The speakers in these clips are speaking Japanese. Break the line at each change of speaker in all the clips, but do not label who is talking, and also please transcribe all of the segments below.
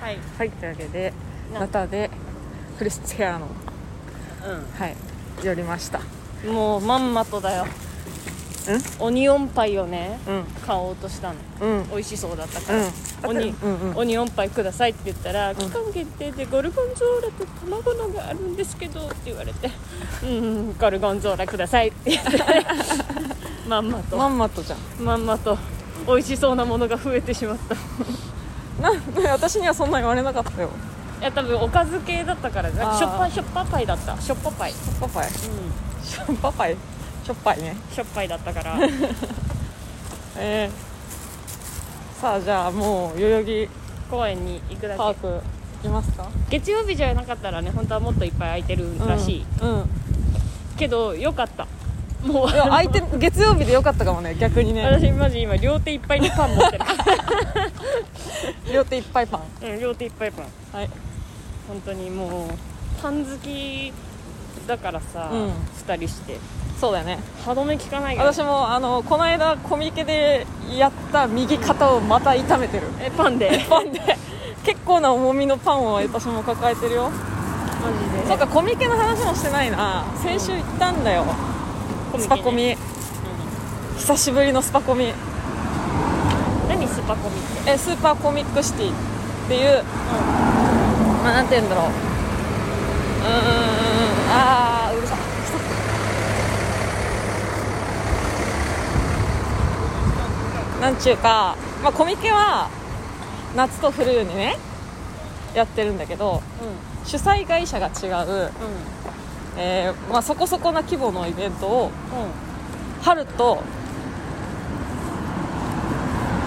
はい
はいというわけで
な
ナタでクリスチアーノはい寄りました
うんもうまんまとだよオニオンパイをね
うん
買おうとしたの
うんうん
美味しそうだったか
う
ら、
ん
鬼
うんうん
オニオンパイくださいって言ったら、
ん
期間限定でゴルゴンゾーラと卵のがあるんですけどって言わ れて「うんゴルゴンゾーラください」って言ってまんまと
まんまとじゃん
まんまと美味しそうなものが増えてしまったい
なんで私にはそんな言われなかったよ
や多分おかず系だったからね
あー
しょっぱいしょっぱパイだったしょっぱパイ、
パパイ
う
しょパパイしょっぱいね
ん、しょっぱいだっ たから
えー、さあじゃあもう代々木
公園に行くだ
パー
け
ク行きますか
月曜日じゃなかったらね本当はもっといっぱい空いてるらしい、
うん、うん、
けどよかったもう
いや空いて月曜日でよかったかもね逆にね
私マジ今両手いっぱいにパン持ってる、
両手いっぱいパン
うん、両手いっぱいパン
はい
本当にもうパン好きだからさ、
うん
二人して
そうだよね
歯止め効かないから
私もあのこの間コミケでやった右肩をまた痛めてる
えパンで
パンで結構な重みのパンを私も抱えてるよ
マ
そうかコミケの話もしてないな先週行ったんだよ、
ジで
スパコ
ね
ミ久しぶりのスパコミ
うん何スパコミって
えスーパーコミックシティっていう、まあ、なんて言うんだろううーんあーうるさいなんちゅうか、まあ、コミケは夏と冬にねやってるんだけど
う
主催会社が違う、
んうん
えーまあ、そこそこな規模のイベントを
うん
春と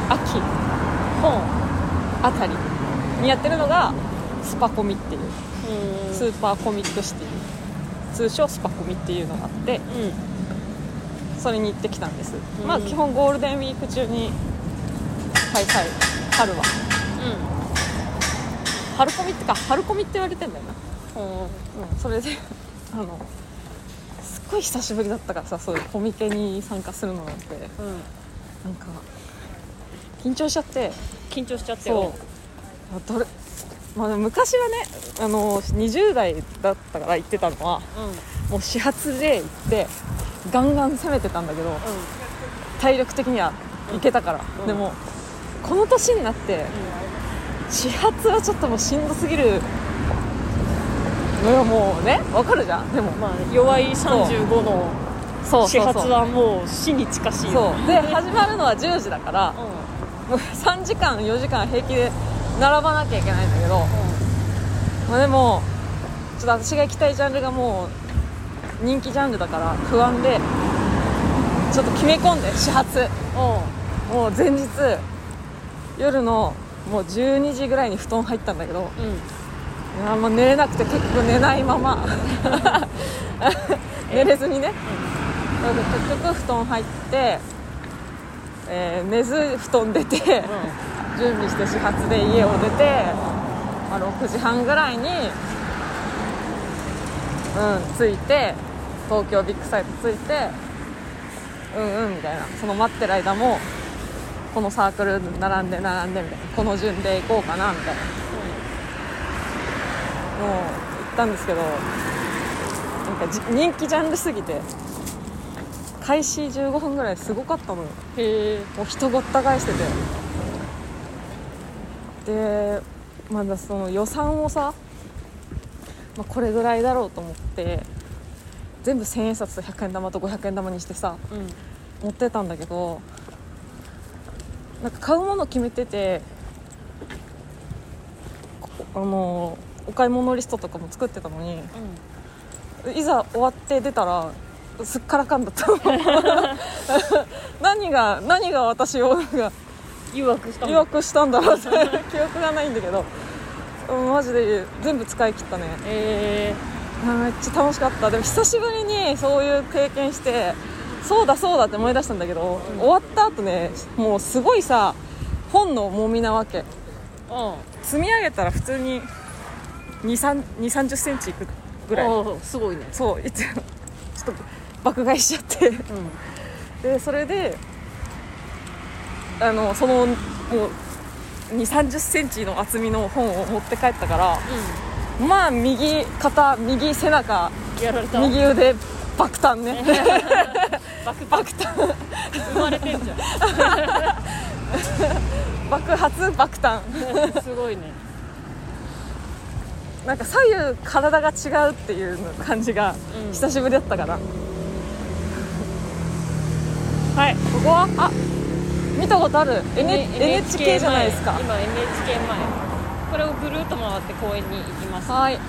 秋
本
あたりにやってるのがスパコミっていう
うん
スーパーコミックシティ通称スパコミっていうのがあって
うん
それに行ってきたんです、
うん
まあ基本ゴールデンウィーク中に開催春は春コミってか春コミって言われてんだよな、
うん
うん、それで あのすっごい久しぶりだったからさそういうコミケに参加するのなんて
うん
なんか緊張しちゃって
緊張しちゃって
そうあどれ、まあ、でも昔はねあの20代だったから行ってたのは
うんうん
もう始発で行ってガンガン攻めてたんだけど体力的には行けたから、
うん
でもこの年になって始発はちょっともうしんどすぎるのよもうねわかるじゃんでも
まあ弱い35の
そう
始
そう
発
そう
はもう死に近しいよ
そうで始まるのは10時だから
うんうん
もう3時間4時間平気で並ばなきゃいけないんだけど、まあ、でもちょっと私が行きたいジャンルがもう人気ジャンルだから不安でちょっと決め込んで始発もう前日夜のもう12時ぐらいに布団入ったんだけど
うんうん
いやもう寝れなくて結局寝ないまま寝れずにね、なので結局布団入って、えー寝ず布団出て、準備して始発で家を出て、まあ、6時半ぐらいに、うん、着いて東京ビッグサイト着いてうんうんみたいなその待ってる間もこのサークル並んで並んでみたいなこの順で行こうかなみたいなもう行ったんですけどなんかじ人気ジャンルすぎて開始15分ぐらいすごかったのよ
へえ
もう人ごった返しててでまだその予算をさ、まあこれぐらいだろうと思って全部千円札と100円玉と500円玉にしてさ
うん
持ってたんだけどなんか買うもの決めててこあのお買い物リストとかも作ってたのにいざ終わって出たらすっからかんだった 何が何が私を が
誘惑した
誘
もん
惑したんだろうって記憶がないんだけどうんマジで全部使い切ったね
え
あーめっちゃ楽しかったでも久しぶりにそういう経験してそうだそうだって思い出したんだけど、終わった後ねもうすごいさ本の重みなわけ
えうん
積み上げたら普通に2 3 0センチいくぐらい
おーすごいね
そういつちょっと爆買いしちゃって
うん
でそれであのそのもう2 3 0ンチの厚みの本を持って帰ったからまあ右肩右背中
やられた
右腕爆誕 ね
バクバ
爆誕
ク生まれてんじゃ
爆発爆誕
んすごいね
なんか左右体が違うっていうの感じが
うん
久しぶりだったから、
はい
ここはあ見たことある N NHK
前
じゃないですか
今 NHK 前これをぐるっと回って公園に行きます
はい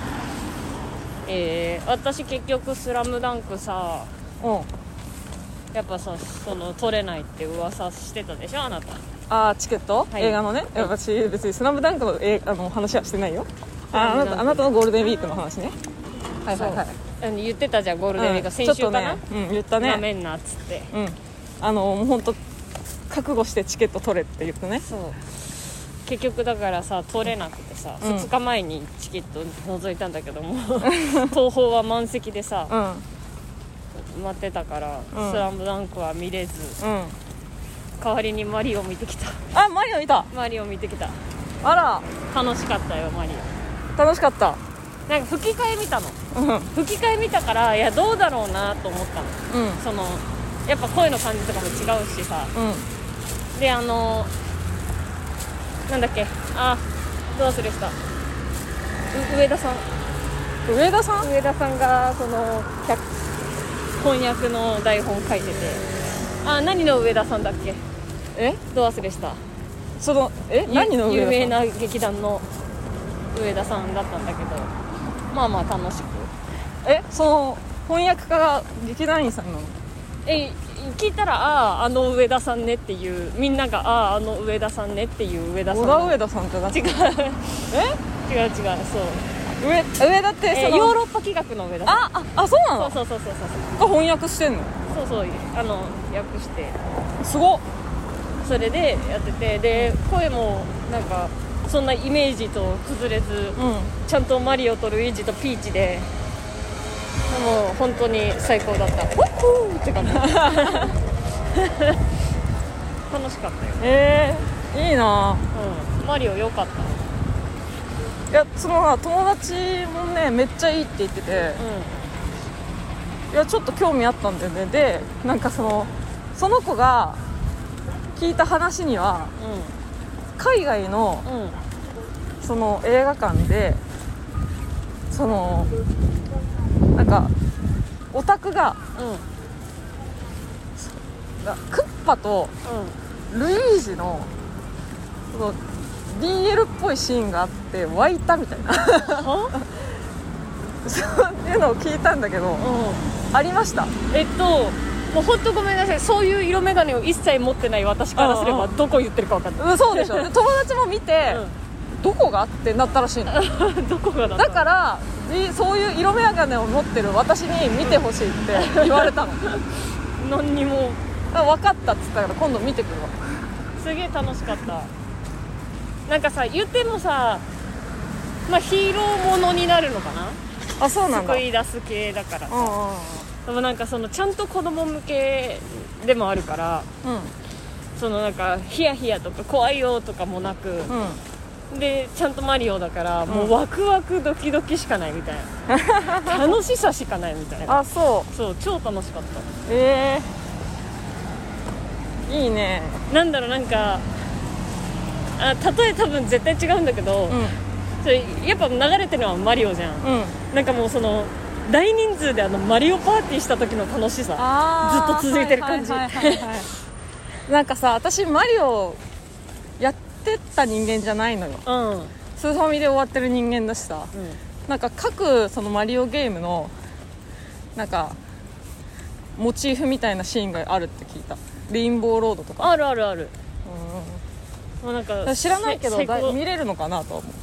えー、私結局「スラムダンクさ
うん
やっぱさその取れないって噂してたでしょあなた
あーチケット、
はい
映画のね、
はい
私別に「スラムダンクの映画の話はしてないよあー
スラ
あな
ムダンク
たあなたのゴールデンウィークの話ねはいはいはい
うん言ってたじゃんゴールデンウィーク、
うん
先週か
ちょ
な
っとね、うん、言った
な、
ね
めんなっつって
うんあのもう本当覚悟してチケット取れって言ってね
そう結局だからさ取れなくてさ、
うん
2日前にチケット覗いたんだけど も 東宝は満席でさ
うんうん
待ってたから「
うん
スラムダンクは見れず代わりにマリオ見てきた
あマリオいた
マリオ見てきた
あら
楽しかったよマリ
楽しかった
オなんか吹き替え見たの
うんうん
吹き替え見たからいやどうだろうなと思ったのそのやっぱ声の感じとかも違うしさ
うん
であのなんだっけあどうするしたう上田さん
上田さん
上田さんがその脚翻訳の台本書いててあ何の上田さんだっけ
え
どう忘れした
そのえ
ゆ
何の上
有
田さん
名な劇団の上田さんだったんだけどまあまあ楽しく
えその翻訳家が劇団員さんなの
え聞いたらあああの上田さんねっていうみんながあああの上田さんねっていう上田さん
小田上田さんじゃなく
違
て
う違う違うそう
上上田って
え
その、
ヨーロッパ企画の上田さん
あああそうな
そ
の
うそうそうそうそ
が
う
翻訳してんの
そうそうあの訳して
すごっ
それでやっててで声もなんかそんなイメージと崩れず
うん
ちゃんとマリオとルイージとピーチでもう本当に最高だったホッホーって 感じ楽しかったよ、
えー、いいな
うん、マリオ良かっ
いやそのさ友達もねめっちゃいいって言ってて
た、うん、
いやちょっと興味あったんだよねでなんかそのその子が聞いた話には
う
海外の
んうん
その映画館でそのなんかオタクが
うんうん
なクッパとルイージのその BL っぽいシーンがあって湧いたみたいな
は
そういうのを聞いたんだけど
う
ありました
んえっともう本当ごめんなさいそういう色眼鏡を一切持ってない私からすれば
うんう
どこ言ってるか分かんない、
うんそうでしょで友達も見て、
う
どこがってなったらしいのだ
ん、どこがだ
かららびそういう色眼鏡を持ってる私に見てほしいって言われ たのだか
何にも
ら分かったっつったから今度見てくるわ
すげえ楽しかったなんかさ言ってもさまあヒーローものになるのかな
あそう
救い出す系だから
うんうん
でもなんかそのちゃんと子供向けでもあるから
うん
そのなんかヒヤヒヤとか怖いよとかもなく、
うんうん
でちゃんとマリオだからもううんワクワクドキドキしかないみたい な楽しさしかないみたいな
あそ
そう超楽しか
う
った
ええいいね
なんだろうなんかあ例え多分絶対違うんだけど、
う
それやっぱ流れてるのはマリオじゃん
んうん
なんかもうその大人数であのマリオパーティーした時の楽しさ
あー
ずっと続いてる感じ
はいはいはいはいなんかさ私マリオやってた人間じゃないのよ
うんうん
スーファミで終わってる人間だしさなんか各そのマリオゲームのなんかモチーフみたいなシーンがあるって聞いたレインボーロードとか
あるあるある
うん
もうなんか
知らないけど
最
だい
高
見れるのかなとは思う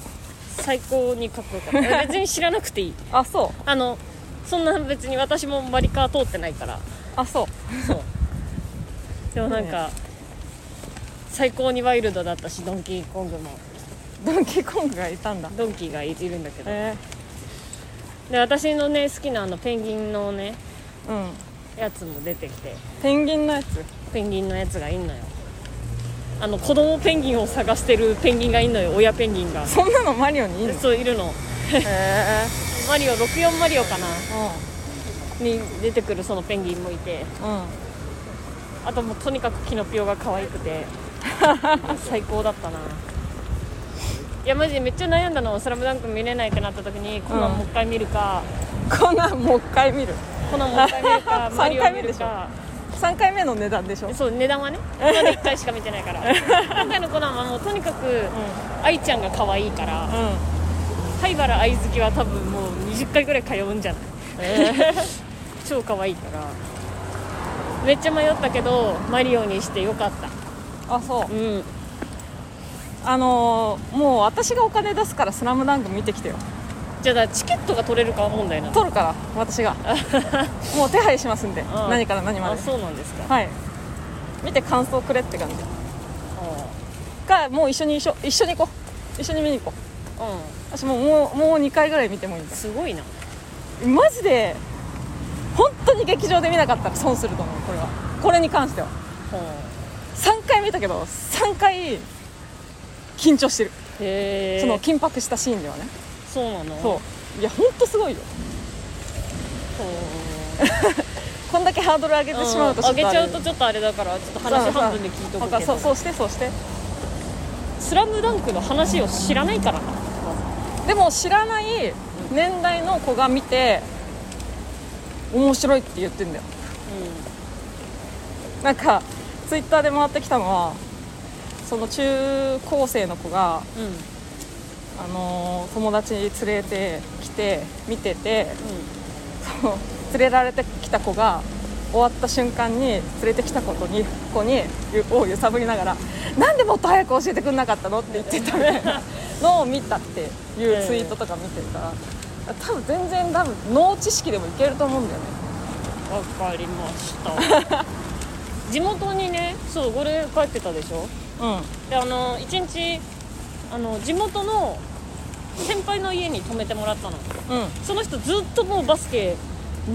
最高にかっこよかった別に知らなくていい
あそう
あのそんな別に私もマリカー通ってないから
あそう
そうでもなんか、最高にワイルドだったしドンキーコングも
ドンキーコングがいたんだ
ドンキーがいるんだけど
え
で私のね好きなあのペンギンのね
えうん
やつも出てきて
ペンギンのやつ
ペンギンのやつがいんのよあの子供ペンギンを探してるペンギンがいるのよ親ペンギンが
そんなのマリオにいいの
そういるの
へえ
マリオ64マリオかな
う
に出てくるそのペンギンもい
ん
て
うん
あともうとにかくキノピオが可愛くて最高だったないやマジでめっちゃ悩んだの「スラムダンク見れないってなった時にコナンもう一回見るか、
こんなんもう一回見る
コナンもう一回見るか
三
マリオ
回
見
目
る
でしょ
か
3回目の値段でしょ、うん、
そう値段はねまだ1回しか見てないから今回のコナンはもうとにかく愛ちゃんが可愛いから灰原愛好きは多分もう20回ぐらい通うんじゃない
え
超可愛いからめっちゃ迷ったけどマリオにしてよかった
ー、あそう
うん
あのー、もう私がお金出すから「スラムダンク見てきてよ
じゃあだからチケットが取れるか問題なの
取るから私 がもう手配しますんで、
ん
何から何ま
あ
で
そうなんですか
はい見て感想くれって感じ
う、
かもう一緒に一緒一緒に行こう一緒に見に行こうん私もうもうもう2回ぐらい見てもいいんです
すごいな
マジで本当に劇場で見なかったら損すると思うこれはこれに関しては
う
3回見たけど3回緊張してる、
んへえ
その緊迫したシーンではね
そうなの
そういや本当すごいよ
ほう
こんだけハードル上げてしまうとちょっ
上げ
と
ち
あ
ゃ
れ
うとちょっとあれだからちょっと話半分で聞いと
そう
く
そう
け
そう
ど
そうしてそうして
スラムダンクの話を知らないからな
でも知らない年代の子が見て面白いって言ってんだよなんかツイッターで回ってきたのはその中高生の子が、
うんうんうん
あのー友達に連れてきて見ててその連れられてきた子が終わった瞬間に連れてきたことに子にゆを揺さぶりながら「なんでもっと早く教えてくれなかったの?」って言ってたねのを見たっていうツイートとか見てるから多分全然多分脳知識でもいけると思うんだよね
わかりました 地元にねそうこれ帰ってたでしょ
う
であの一日あの地元の先輩の家に泊めてもらったの
んうん
その人ずっともうバスケ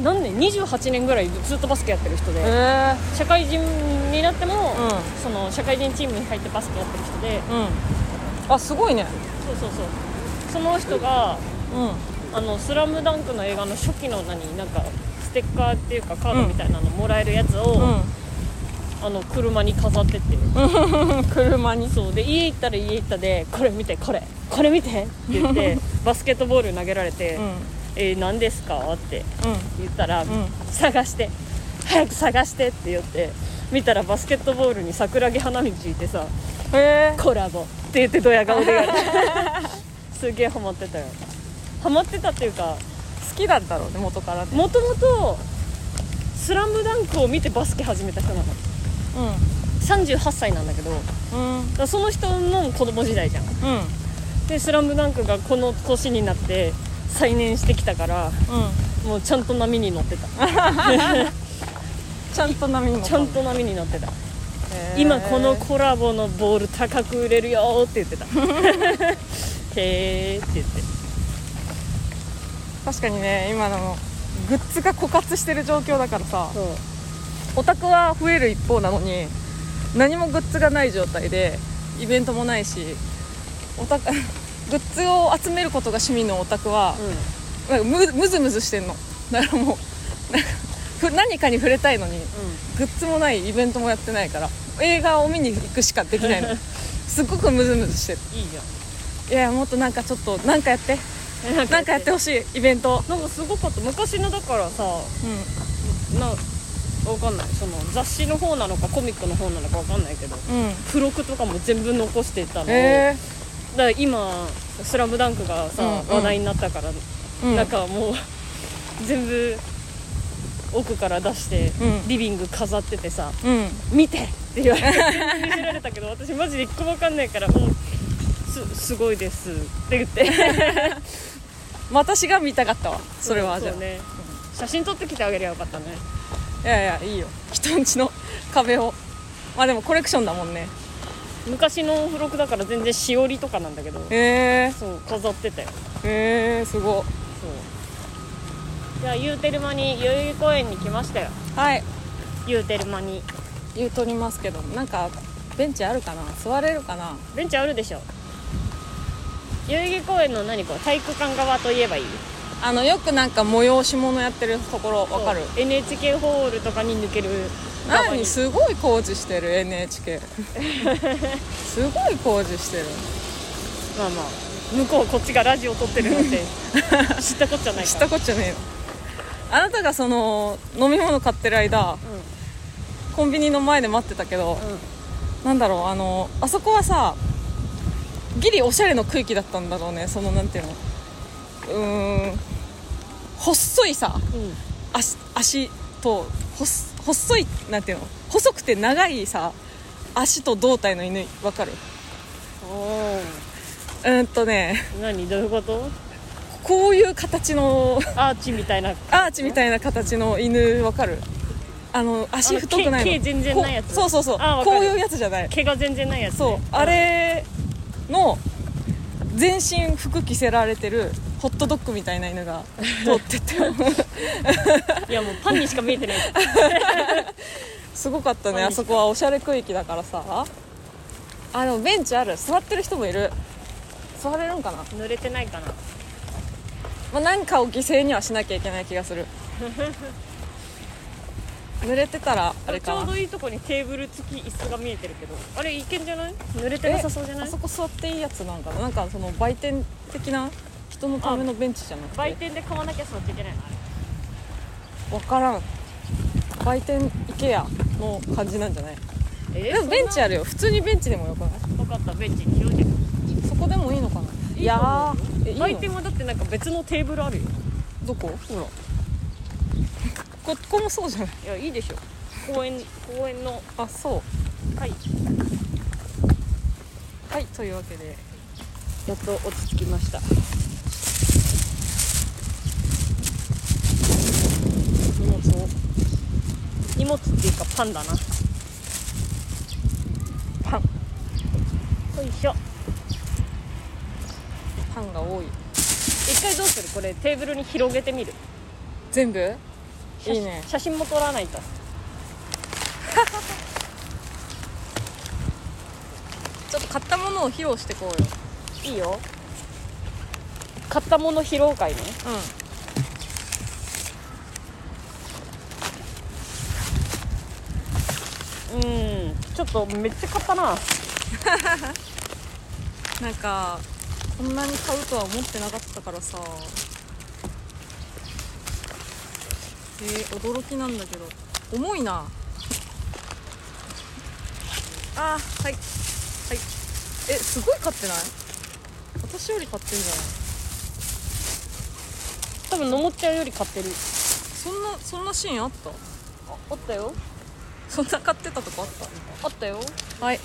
何年28年ぐらいずっとバスケやってる人で、
へえ
社会人になっても、
うん
その社会人チームに入ってバスケやってる人で
うんあすごいね
そうそうそうその人が
うん
「あのスラムダンクの映画の初期の何なんかステッカーっていうかカードみたいなのもらえるやつを、あの車に飾ってって
うん車に
そうで家行ったら家行ったで「これ見てこれこれ見て」って言って バスケットボール投げられて「
うん
えー、何ですか?」って
うん
言ったら、
ん
探して早く探してって言って見たらバスケットボールに桜木花道いてさ
へえ
コラボって言ってドヤ顔で やるすげえハマってたよハマってたっていうか
好きだったろうね元からね
もともと「スラムダンクを見てバスケ始めた人なの38歳なんだけどだか
うんうん
らその人の子供時代じゃん
うん
で「スラムダンクがこの年になって再燃してきたから
うん
もうちゃんと波に乗ってた
ちゃんと波に乗った
ちゃんと波に乗ってた
へー
今このコラボのボール高く売れるよって言ってた へーって言って
確かにね今のグッズが枯渇してる状況だからさ
そう
オタクは増える一方なのに何もグッズがない状態でイベントもないしオタク グッズを集めることが趣味のオタクは、
う
なんかむむずむずしてんのだからもうなんかふ 何かに触れたいのに
んうん
グッズもないイベントもやってないから映画を見に行くしかできない のすっごくムズムズしてる
いいじゃん
いやもっとなんかちょっとなんかやってなんかやってほしいイベント
なんかすごかった昔のだからさ
うん
なわかんないその雑誌の方なのかコミックの方なのかわかんないけど
うん
付録とかも全部残してたのを、
え
だから今「スラムダンクがさ、
うんうん
話題になったから、
ー、
なんかもう全部奥から出して、
うん
リビング飾っててさ
うん
「見て!」って言われて全然見られたけど私マジで一個もわかんないから「うんすすごいです」って言って
私が見たかったわそれは
そ
じゃ
う
あ、
ね写真撮ってきてあげりゃよかったね
いやいやいいよ 人んちの壁をまあでもコレクションだもんね
昔の付録だから全然しおりとかなんだけど
へえ
そう飾ってたよ
ー、へえー、すご
そうじゃあゆうてる間に代々木公園に来ましたよ
はい
ゆうてる間に
言うとりますけどなんかベンチあるかな座れるかな
ベンチあるでしょ代々木公園の何か体育館側といえばいい
あのよくなんか催し物やってるところわかる
そう NHK ホールとかに抜ける側に
何すごい工事してる NHK すごい工事してる
まあまあ向こうこっちがラジオ撮ってるな んて知ったこっちゃないから
知ったこっちゃねえよあなたがその飲み物買ってる間コンビニの前で待ってたけど、
うんうん
なんだろうあのあそこはさギリおしゃれの区域だったんだろうねそのなんていうのうーん細いさ
うん
足足とほっ細いなんていうの細くて長いさ足と胴体の犬わかる
お
うーんとね
ー何どういうこと
こういう形の
アーチみたいな
アーチみたいな形の犬わかるあの足太くないの
あの毛毛全然ないやつ
こうそうそうそ
あ
う
わかる
こういうやつじゃない
毛が全然ないやつ、ね、
そうあれの全身服着せられてるホットドッグみたいな犬が通って て
いやもうパンにしか見えてない
すごかったね
あ
あそこはおしゃれ区域だからさあでもベンチある座ってる人もいる座れるんかな、
濡れてないかな
まあ、何かを犠牲にはしなきゃいけない気がする 濡れてたらあれ
ち
か
ょう
な
どいいとこにテーブル付き椅子が見えてるけどあれいけんじゃない濡れて
え
なさそうじゃな
あ
い
そこ座っていいやつなんかななんかその売店的な人のためのベンチじゃなく
売
て
店で買わなきゃ座っちゃいけないのあれ
分からん売店 IKEA の感じなんじゃない
え
でもベンチ
は
あるよ普通にベンチでもよくない
分かったベンチに広げる
そこでもいいのかない
い
や
と
ーえいい
売
の
店もだってなんか別のテーブルあるよ
どこ
ほら
こここもそうじゃない
いやいいでしょ公園公園の
あそう
はい
はいというわけで
やっと落ち着きました荷物を荷物っていうかパンだな
パン
よいしょ
パンが多い
一回どうするこれテーブルに広げてみる
全部
写
いいね
写真も撮らないと
ちょっと買ったものを披露してこうよ
いいよ買ったもの披露会ね
うん
うんちょっとめっちゃ買ったな
なんかこんなに買うとは思ってなかったからさえー、驚きなんだけど重いなあーはいはいえすごい買ってない私より買ってんじゃない
多分のもっちゃんより買ってる
そんなそんなシーンあった
ああったよ
そんな買ってたとこあっ
あったよ
たはい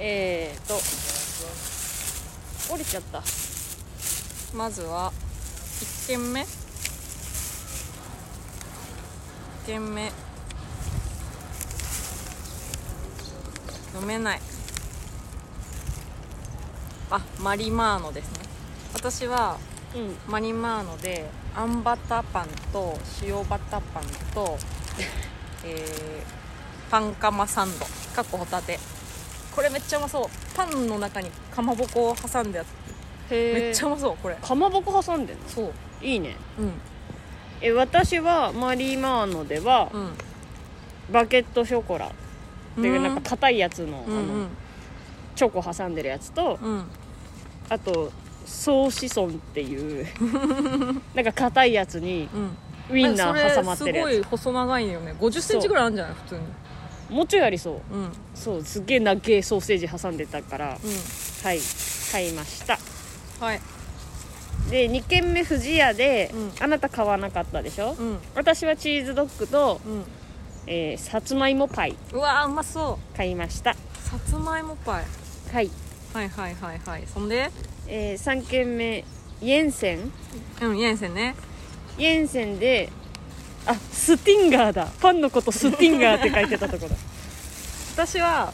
えーと降りちゃった
まずは1軒目1軒目読めないあマリマーノですね私は
うん
マリマーノであんバターパンと塩バターパンと、 えー、パンカマサンドかっこホタテこれめっちゃうまそうパンの中にかまぼこを挟んでやつ
へ
めっちゃう
ゃ
まそうこれ
かまぼこ挟んでんの
そう
いいね
うん
え私はマリーマーノでは、
うん
バケットショコラっていう
うん
なんか硬いやつの,、
うんう
あの
ん
チョコ挟んでるやつと
うん
あとソーシソンって いうなんか硬いやつに
うん
ウインナー挟まっ
そ
て
れ
る
すご
や
い細長いよね50センチぐらいあるんじゃない普通に
つもうちょいありそう
うんうん
そうすっげえ長えソーセージ挟んでたからはい買いました
はい
で2軒目不二家で、
うん
あなた買わなかったでしょ、
うん
私はチーズドッグと、
うん
えーさつまいもパイ
うわーうまそ
買いました
うさつまいもパイ
はい、
はいはいはいはいそんで
え3軒目イェンセン
うんイエンセンね
イェンセンであスティンガーだパンのことスティンガーって書いてたとこだ
私は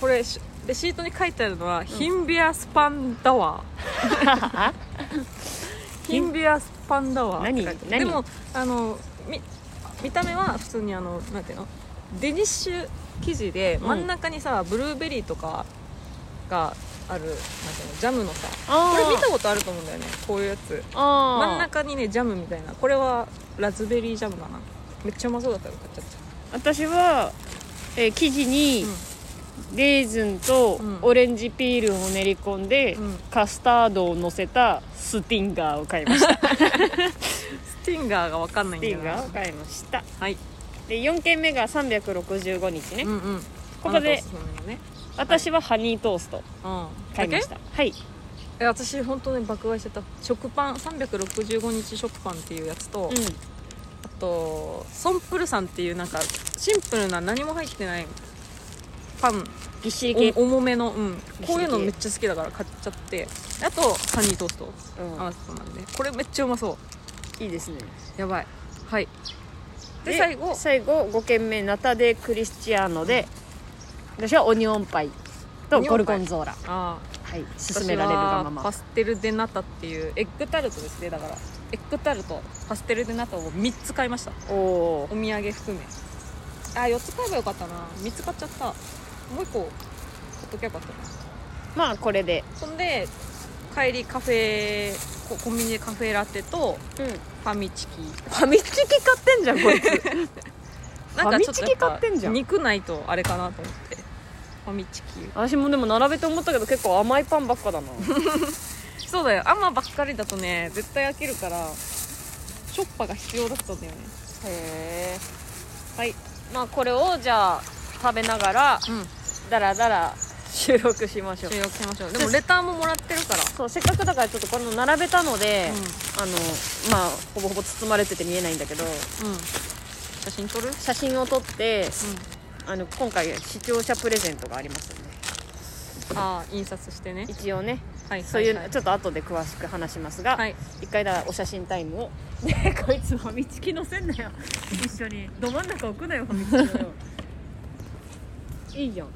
これしレシートに書いてあるのは、ヒンビアスパンダワ ーヒンビアスパンダワーって書いてある
何何
でもあのみ見た目は普通にあのなんていうのデニッシュ生地で
うん
真ん中にさ、ブルーベリーとかがあるなんていうのジャムのさ
あ
こ
ー
れ見たことあると思うんだよねこういうやつ
あー
真ん中にねジャムみたいなこれはラズベリージャムかなめっちゃうまそうだったから買っちゃっ
私は、えー生地にレーズンと
うん
オレンジピールを練り込んで、
うん
カスタードを乗せたスティンガーを買いましたス
たスティンガーがわかんないんだ
テ
よ
ィンガ
な
ーを買いました
はい、
で4軒目が365日ね、
うんうん
こ
あな
こで
たおすすめのね
私はハニートースト
うん
買いましたはい
え私本当に爆買いしてた食パン365日食パンっていうやつと、あ
う
とソンプルさんっていうなんかシンプルな何も入ってないパン
んぎっしり系、
お重めの、うん、
系
こういうのめっちゃ好きだから買っちゃってあとハニートースト
うん
合わせたなんでこれめっちゃうまそう
いいですね
やばいはいで最後
最後5軒目ナタ・デ・クリスチアーノで、私はオニオンパイとゴルゴンゾーラ
あ
はい
あ
勧められるがま
私はパ
ま
ステル・デ・ナタっていうエッグタルトですねだからエッグタルトパステル・デ・ナタを3つ買いました
おお
お土産含めあ4つ買えばよかったな3つ買っちゃったもう1個買っときゃよかったな
まあこれで
そんで帰りカフェココンビニでカフェラテと
うんフ
ファミチキ
ァミチキ買ってんじゃんこいつファミチキ買ってんじゃん
肉ないとあれかなと思ってファミチキ
私もでも並べて思ったけど結構甘いパンばっかだな
そうだよあんまばっかりだとね絶対飽きるからしょっぱが必要だったんだよね
へえはいまあこれをじゃあ食べながら
うん
ダラダラ収録しましょう
収録しましょうでもレターももらってるから
そうせっかくだからちょっとこの並べたので、
う
あのまあほぼほぼ包まれてて見えないんだけど
うん写真撮るうん
写真を撮ってあの今回視聴者プレゼントがありますので
ああ印刷してね
一応ね
はい
そういう
は
のちょっと後で詳しく話しますが、
はい
一回だからお写真タイムをね こいつファミチキ乗せんなよ一緒にど真ん中置 くなよファミチキのよいいじゃん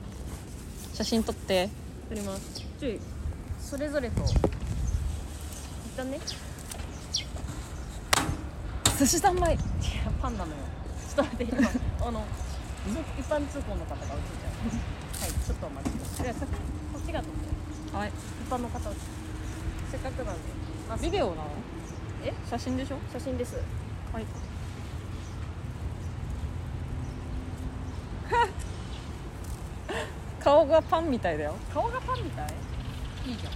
写真撮って
撮りますちょいそれぞれと一旦ね
寿司三昧
いやパンなのよちょっと待って今 あの一般通行の方が映っちゃうはいちょっとお待ちくださいいやさこっちがと思う
はい
一般の方せっかくなんであ
ビデオなの
え
写真でしょ
写真です
はい顔がパンみたいだよ
顔がパンみたいいいじゃん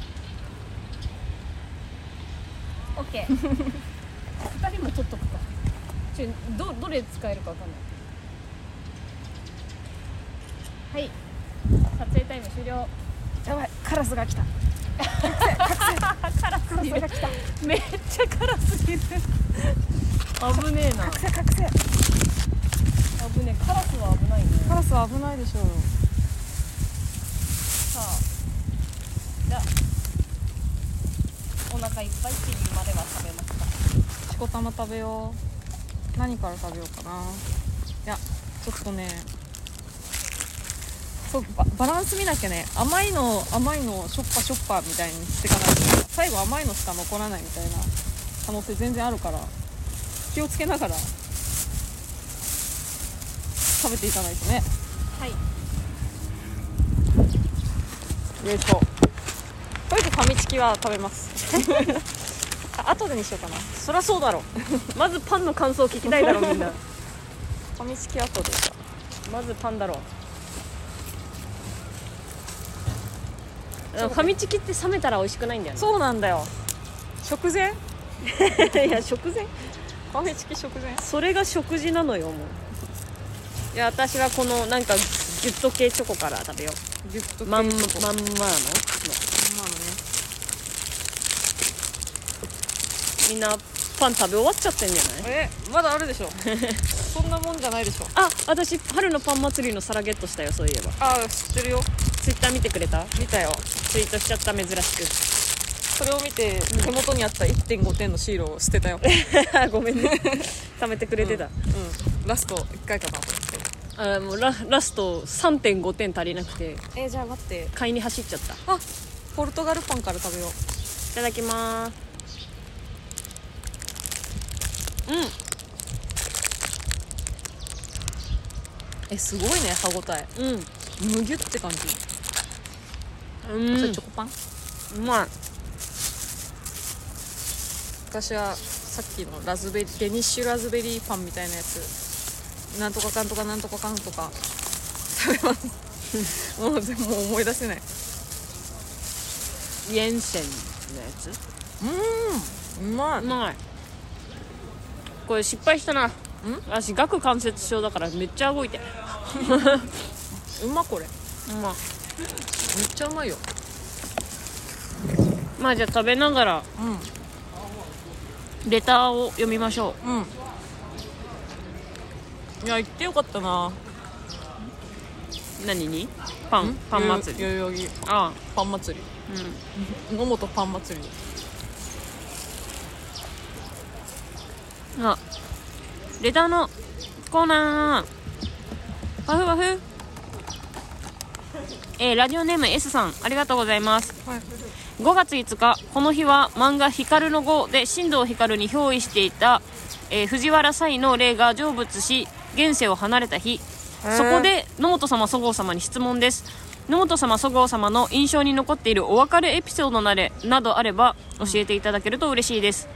オッケー二人も撮っとくかちょどどれ使えるかわかんないはい撮影タイム終了
やばいカラスが来た
カラスが来ためっちゃカラスいる危ねえな
せ隠せ
危ねえカラスは危ないね
カラスは危ないでしょ
さあじゃあお腹いっぱいっていうまでは食べました
しこたま食べよう何から食べようかないやちょっとねそうババランス見なきゃね甘いの甘いのしょっぱしょっぱみたいにしていかないと最後甘いのしか残らないみたいな可能性全然あるから気をつけながら食べていかないとね
はい
冷凍とりあえずファミチキは食べます あ後でにしようかな
そりゃそうだ ろまずパンの感想聞きたいだろみんな
ファミチキ後でさ
まずパンだろファミチキって冷めたら美味しくないんだよね
そうなんだよ食前
いや食前
ファミチキ食前
それが食事なのよもういや私はこのなんかギュッと系チョコから食べよ
ギュッと
うまんまん
ま
まの
まのね
みんなパン食べ終わっちゃってんじゃない
えまだある でしょそんなもんじゃないでしょ
あ私春のパン祭りの皿ゲットしたよそういえば
ああ知ってるよ
ツイッター見てくれた
見たよ
ツイートしちゃった珍し
それを見て手元にあった1.5点のシールを捨てたよ、
くごめんね貯めてくれてた、
うん、ラスト1回かなと思っ
あもうララスト3.5点足りなくて
てえじゃあ待って
買いに走っちゃったい
あポルトガルパンから食べよう
ただきます
えすごいね歯ごたえ
うん
むぎゅって感じ、
うん
それチョコパン
うまい
私はさっきのラズベリーデニッシュラズベリーパンみたいなやつなんとかかんとかなんとかかんとか食べますもうでも思い出せない
イエンセンのやつ
うんうま
うまいこれ失敗したな私顎関節症だからめっちゃ動いて
うまこれめ
うまい
っちゃうまいよ
まあじゃあ食べながら
う
レターを読みましょうん
うんいや行ってよかったな
何にパンパン祭り
代々木
ああ
パン祭
う
り野本パン祭り
んあレターのコーナーわふわふえーラジオネーム S さんありがとうございます
はい
5月5日この日は漫画「光の碁」で進藤光に憑依していた、えー藤原才の霊が成仏し現世を離れた日そこで野本様そごう様に質問です野本様そごう様の印象に残っているお別れエピソードなれなどあれば教えていただけると嬉しいです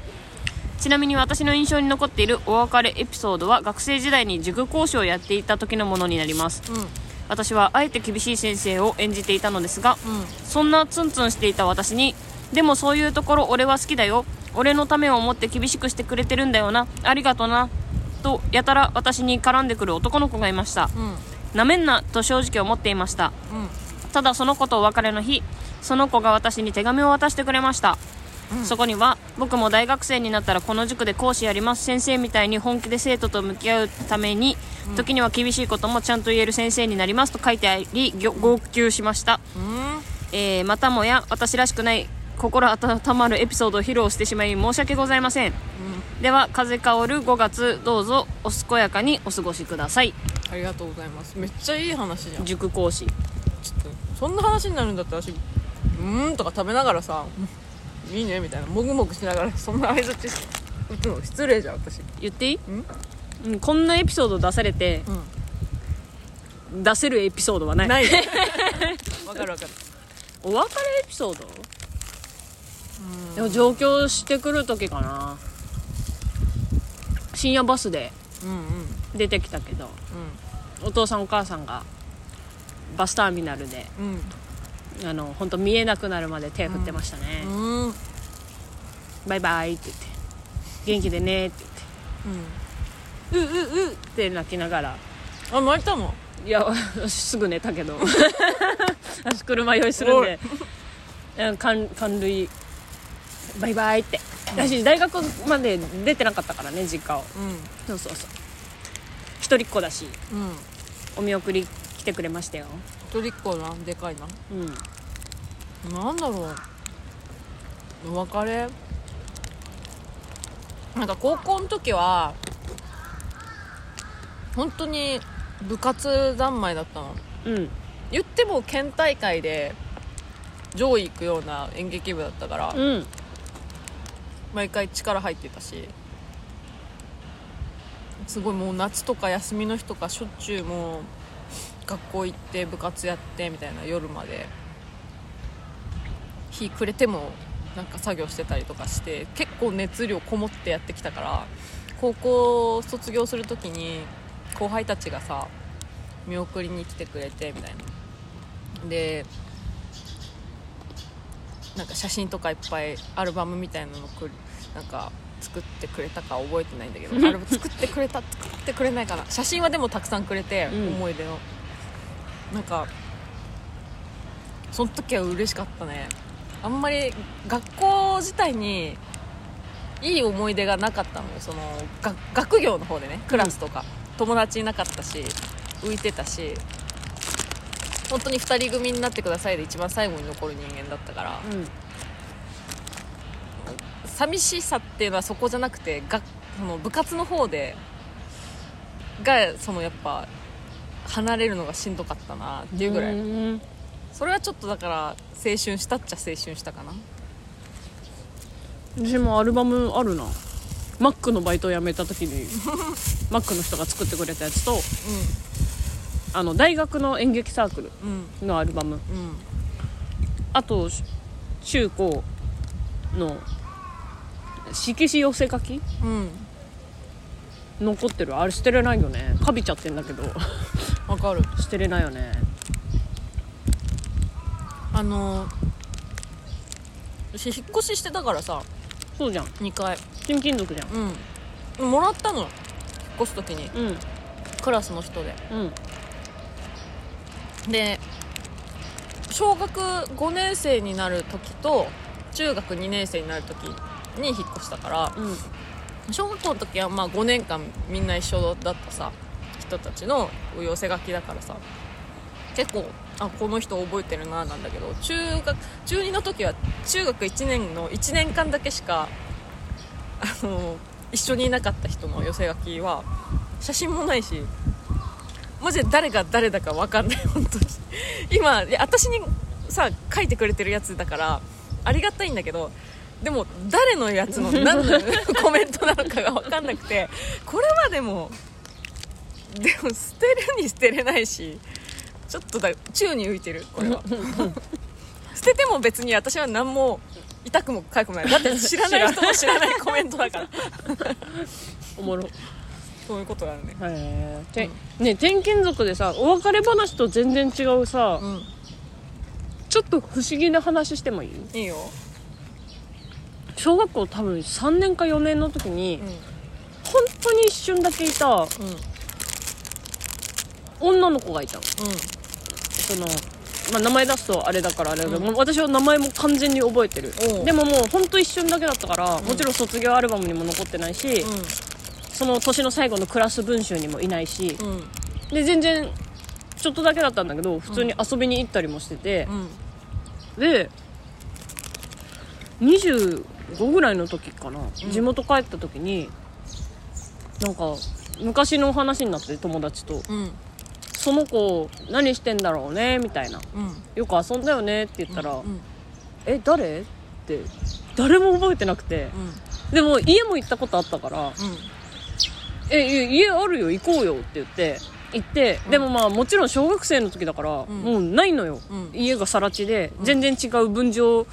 ちなみに私の印象に残っているお別れエピソードは学生時代に塾講師をやっていた時のものになります
うん
私はあえて厳しい先生を演じていたのですが、
うん
そんなツンツンしていた私にでもそういうところ俺は好きだよ俺のためを思って厳しくしてくれてるんだよなありがとなとやたら私に絡んでくる男の子がいました
うん
なめんなと正直思っていました
うん
ただその子とお別れの日その子が私に手紙を渡してくれました、そこには僕も大学生になったらこの塾で講師やります先生みたいに本気で生徒と向き合うために、時には厳しいこともちゃんと言える先生になりますと書いてありぎょ号泣しました、
うん
えーまたもや私らしくない心温まるエピソードを披露してしまい申し訳ございません、では風薫る5月どうぞお健やかにお過ごしください
ありがとうございますめっちゃいい話じゃんち
塾講師
ょっとそんな話になるんだったら私うーんとか食べながらさいいねみたいなもぐもぐしながらそんな相づち打つの失礼じゃん私
言っていい
ん
うん、こんなエピソード出されて、出せるエピソードはない
ないわかるわかる
お別れエピソードでも上京してくる時かな深夜バスで
うんうんうん
出てきたけどお父さんお母さんがバスターミナルで
うん
あの本当見えなくなるまで手振ってましたね、
うんうん
バイバイって言って元気でねって言ってうううって泣きながら
あ泣いたもん
いや 私すぐ寝たけど私車用意するんでうん感感類バイバイって私大学まで出てなかったからね実家を
う
そうそうそう一人っ子だし
んうん
お見送り来てくれましたよ
一人っ子なでかいな
うん
なんだろうお別れなんか高校の時は本当に部活三昧だったの
うん
言っても県大会で上位行くような演劇部だったから
うん
毎回力入ってたしすごいもう夏とか休みの日とかしょっちゅうもう学校行って部活やってみたいな夜まで日暮れてもなんか作業してたりとかして結構熱量こもってやってきたから高校卒業する時に後輩たちがさ見送りに来てくれてみたいなでなんか写真とかいっぱいアルバムみたいなのくるなんか作ってくれたか覚えてないんだけ どアルバム作ってくれた作ってくれないかな写真はでもたくさんくれて、
うん
思い出のなんかその時は嬉しかったねあんまり学校自体にいい思い出がなかったのよそのが学業の方でねクラスとか、友達いなかったし浮いてたし本当に2人組になってくださいで一番最後に残る人間だったから
うん
寂しさっていうのはそこじゃなくてがその部活の方でがそのやっぱ離れるのがしんどかったなっていうぐらい
うん
それはちょっとだから青春したっちゃ青春したかな
私もアルバムあるなマックのバイトを辞めた時にマックの人が作ってくれたやつとあの大学の演劇サーク
うん
ルのアルバム
うん
あとし中高の色紙寄せ書き
うん
残ってるあれ捨てれないよねかびちゃってんだけど
わかる
捨てれないよね
あの私引っ越ししてたからさ
そうじゃん
2回
金金属じゃん
うんもらったの引っ越す時に
うん
クラスの人で
うん
で小学5年生になる時と中学2年生になる時に引っ越したから
うん
小学校の時はまあ5年間みんな一緒だったさ人たちの寄せ書きだからさ結構あこの人覚えてるななんだけど中学中2の時は中学1年の1年間だけしかあの一緒にいなかった人の寄せ書きは写真もないしマジで誰が誰だか分かんない 本当に今いや私にさ書いてくれてるやつだからありがたいんだけどでも誰のやつ の何のコメントなのかが分かんなくてこれはでもでも捨てるに捨てれないしちょっとだ宙に浮いてるこれは 捨てても別に私は何も痛くもかくもないだって知らない人の知らないコメントだから
おもろ
そういうことがあるね
へえ、ねえ転勤族でさお別れ話と全然違うさ、
うん
ちょっと不思議な話してもいい
いいよ
小学校多分3年か4年の時に、
うん
本当に一瞬だけいた
うんうん
女の子がいたのその、まあ、名前出すとあれだからあれだけど、もう私は名前も完全に覚えてる
おう
でももう本当一瞬だけだったから、
ん
もちろん卒業アルバムにも残ってないし、その年の最後のクラス文集にもいないし、
うんうん
で全然ちょっとだけだったんだけど普通に遊びに行ったりもしてて、
うん
で25ぐらいの時かな、地元帰った時になんか昔のお話になって友達と
うん
「その子何してんだろうね」みたいな
うん
「よく遊んだよね」って言ったら「
うん
え誰?」って誰も覚えてなくて
うん
でも家も行ったことあったから
うん
「えい家あるよ行こうよ」って言って行って、でもまあもちろん小学生の時だから、
ん
もうないのよ、
うん
家が更地で全然違う分譲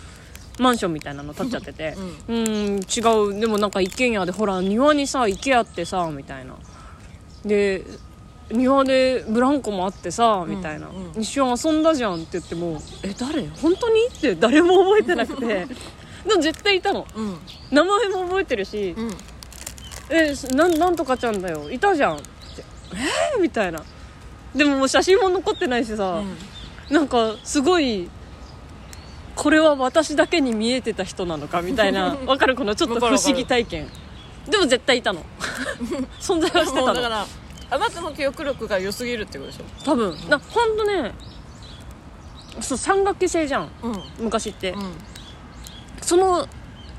マンションみたいなの建っちゃってて、
うん
うーん違うでもなんか一軒家でほら庭にさ池あってさみたいなで庭でブランコもあってさみたいな、
うんう
一緒に遊んだじゃんって言っても「え誰本当に?」って誰も覚えて なくてでも絶対いたの
うん
名前も覚えてるし
うん
「えなんなんとかちゃんだよいたじゃん」って「えーみたいなでももう写真も残ってないしさ、
うん
なんかすごいこれは私だけに見えてた人なのかみた いなわかるこのちょっと不思議体験でも絶対い たの存在はして
もう
た
だか
の
らあなたの記憶力が良すぎるってことでしょ
多分なほんとねそう3学期制じゃん
うん
昔って、
うん
その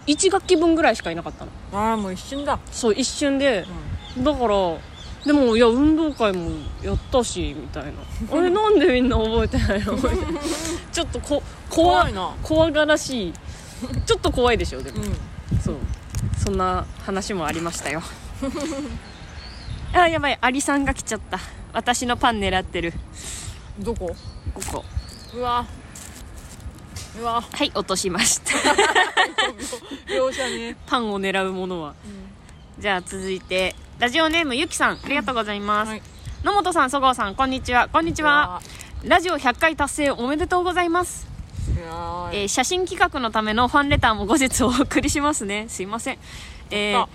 1学期分ぐらいしかいなかったの
ああもう一瞬だ
そう一瞬で、だからでもいや運動会もやったしみた いなあれなんでみんな覚えてないのみ たいなちょっとこ怖
怖いな
怖がらしいちょっと怖いでしょでも
うん
そうそんな話もありましたよ あやばいアリさんが来ちゃった私のパン狙ってる
どこ
ここ
うわうわ
はい落としました
容赦ね
パンを狙うものは、じゃあ続いてラジオネームゆきさんありがとうございます、
はい
野本さんそごうさんこんにちはこんにちはラジオ100回達成おめでとうございます
いやー
えー写真企画のためのファンレターも後日お送りしますねすいません、えー
やった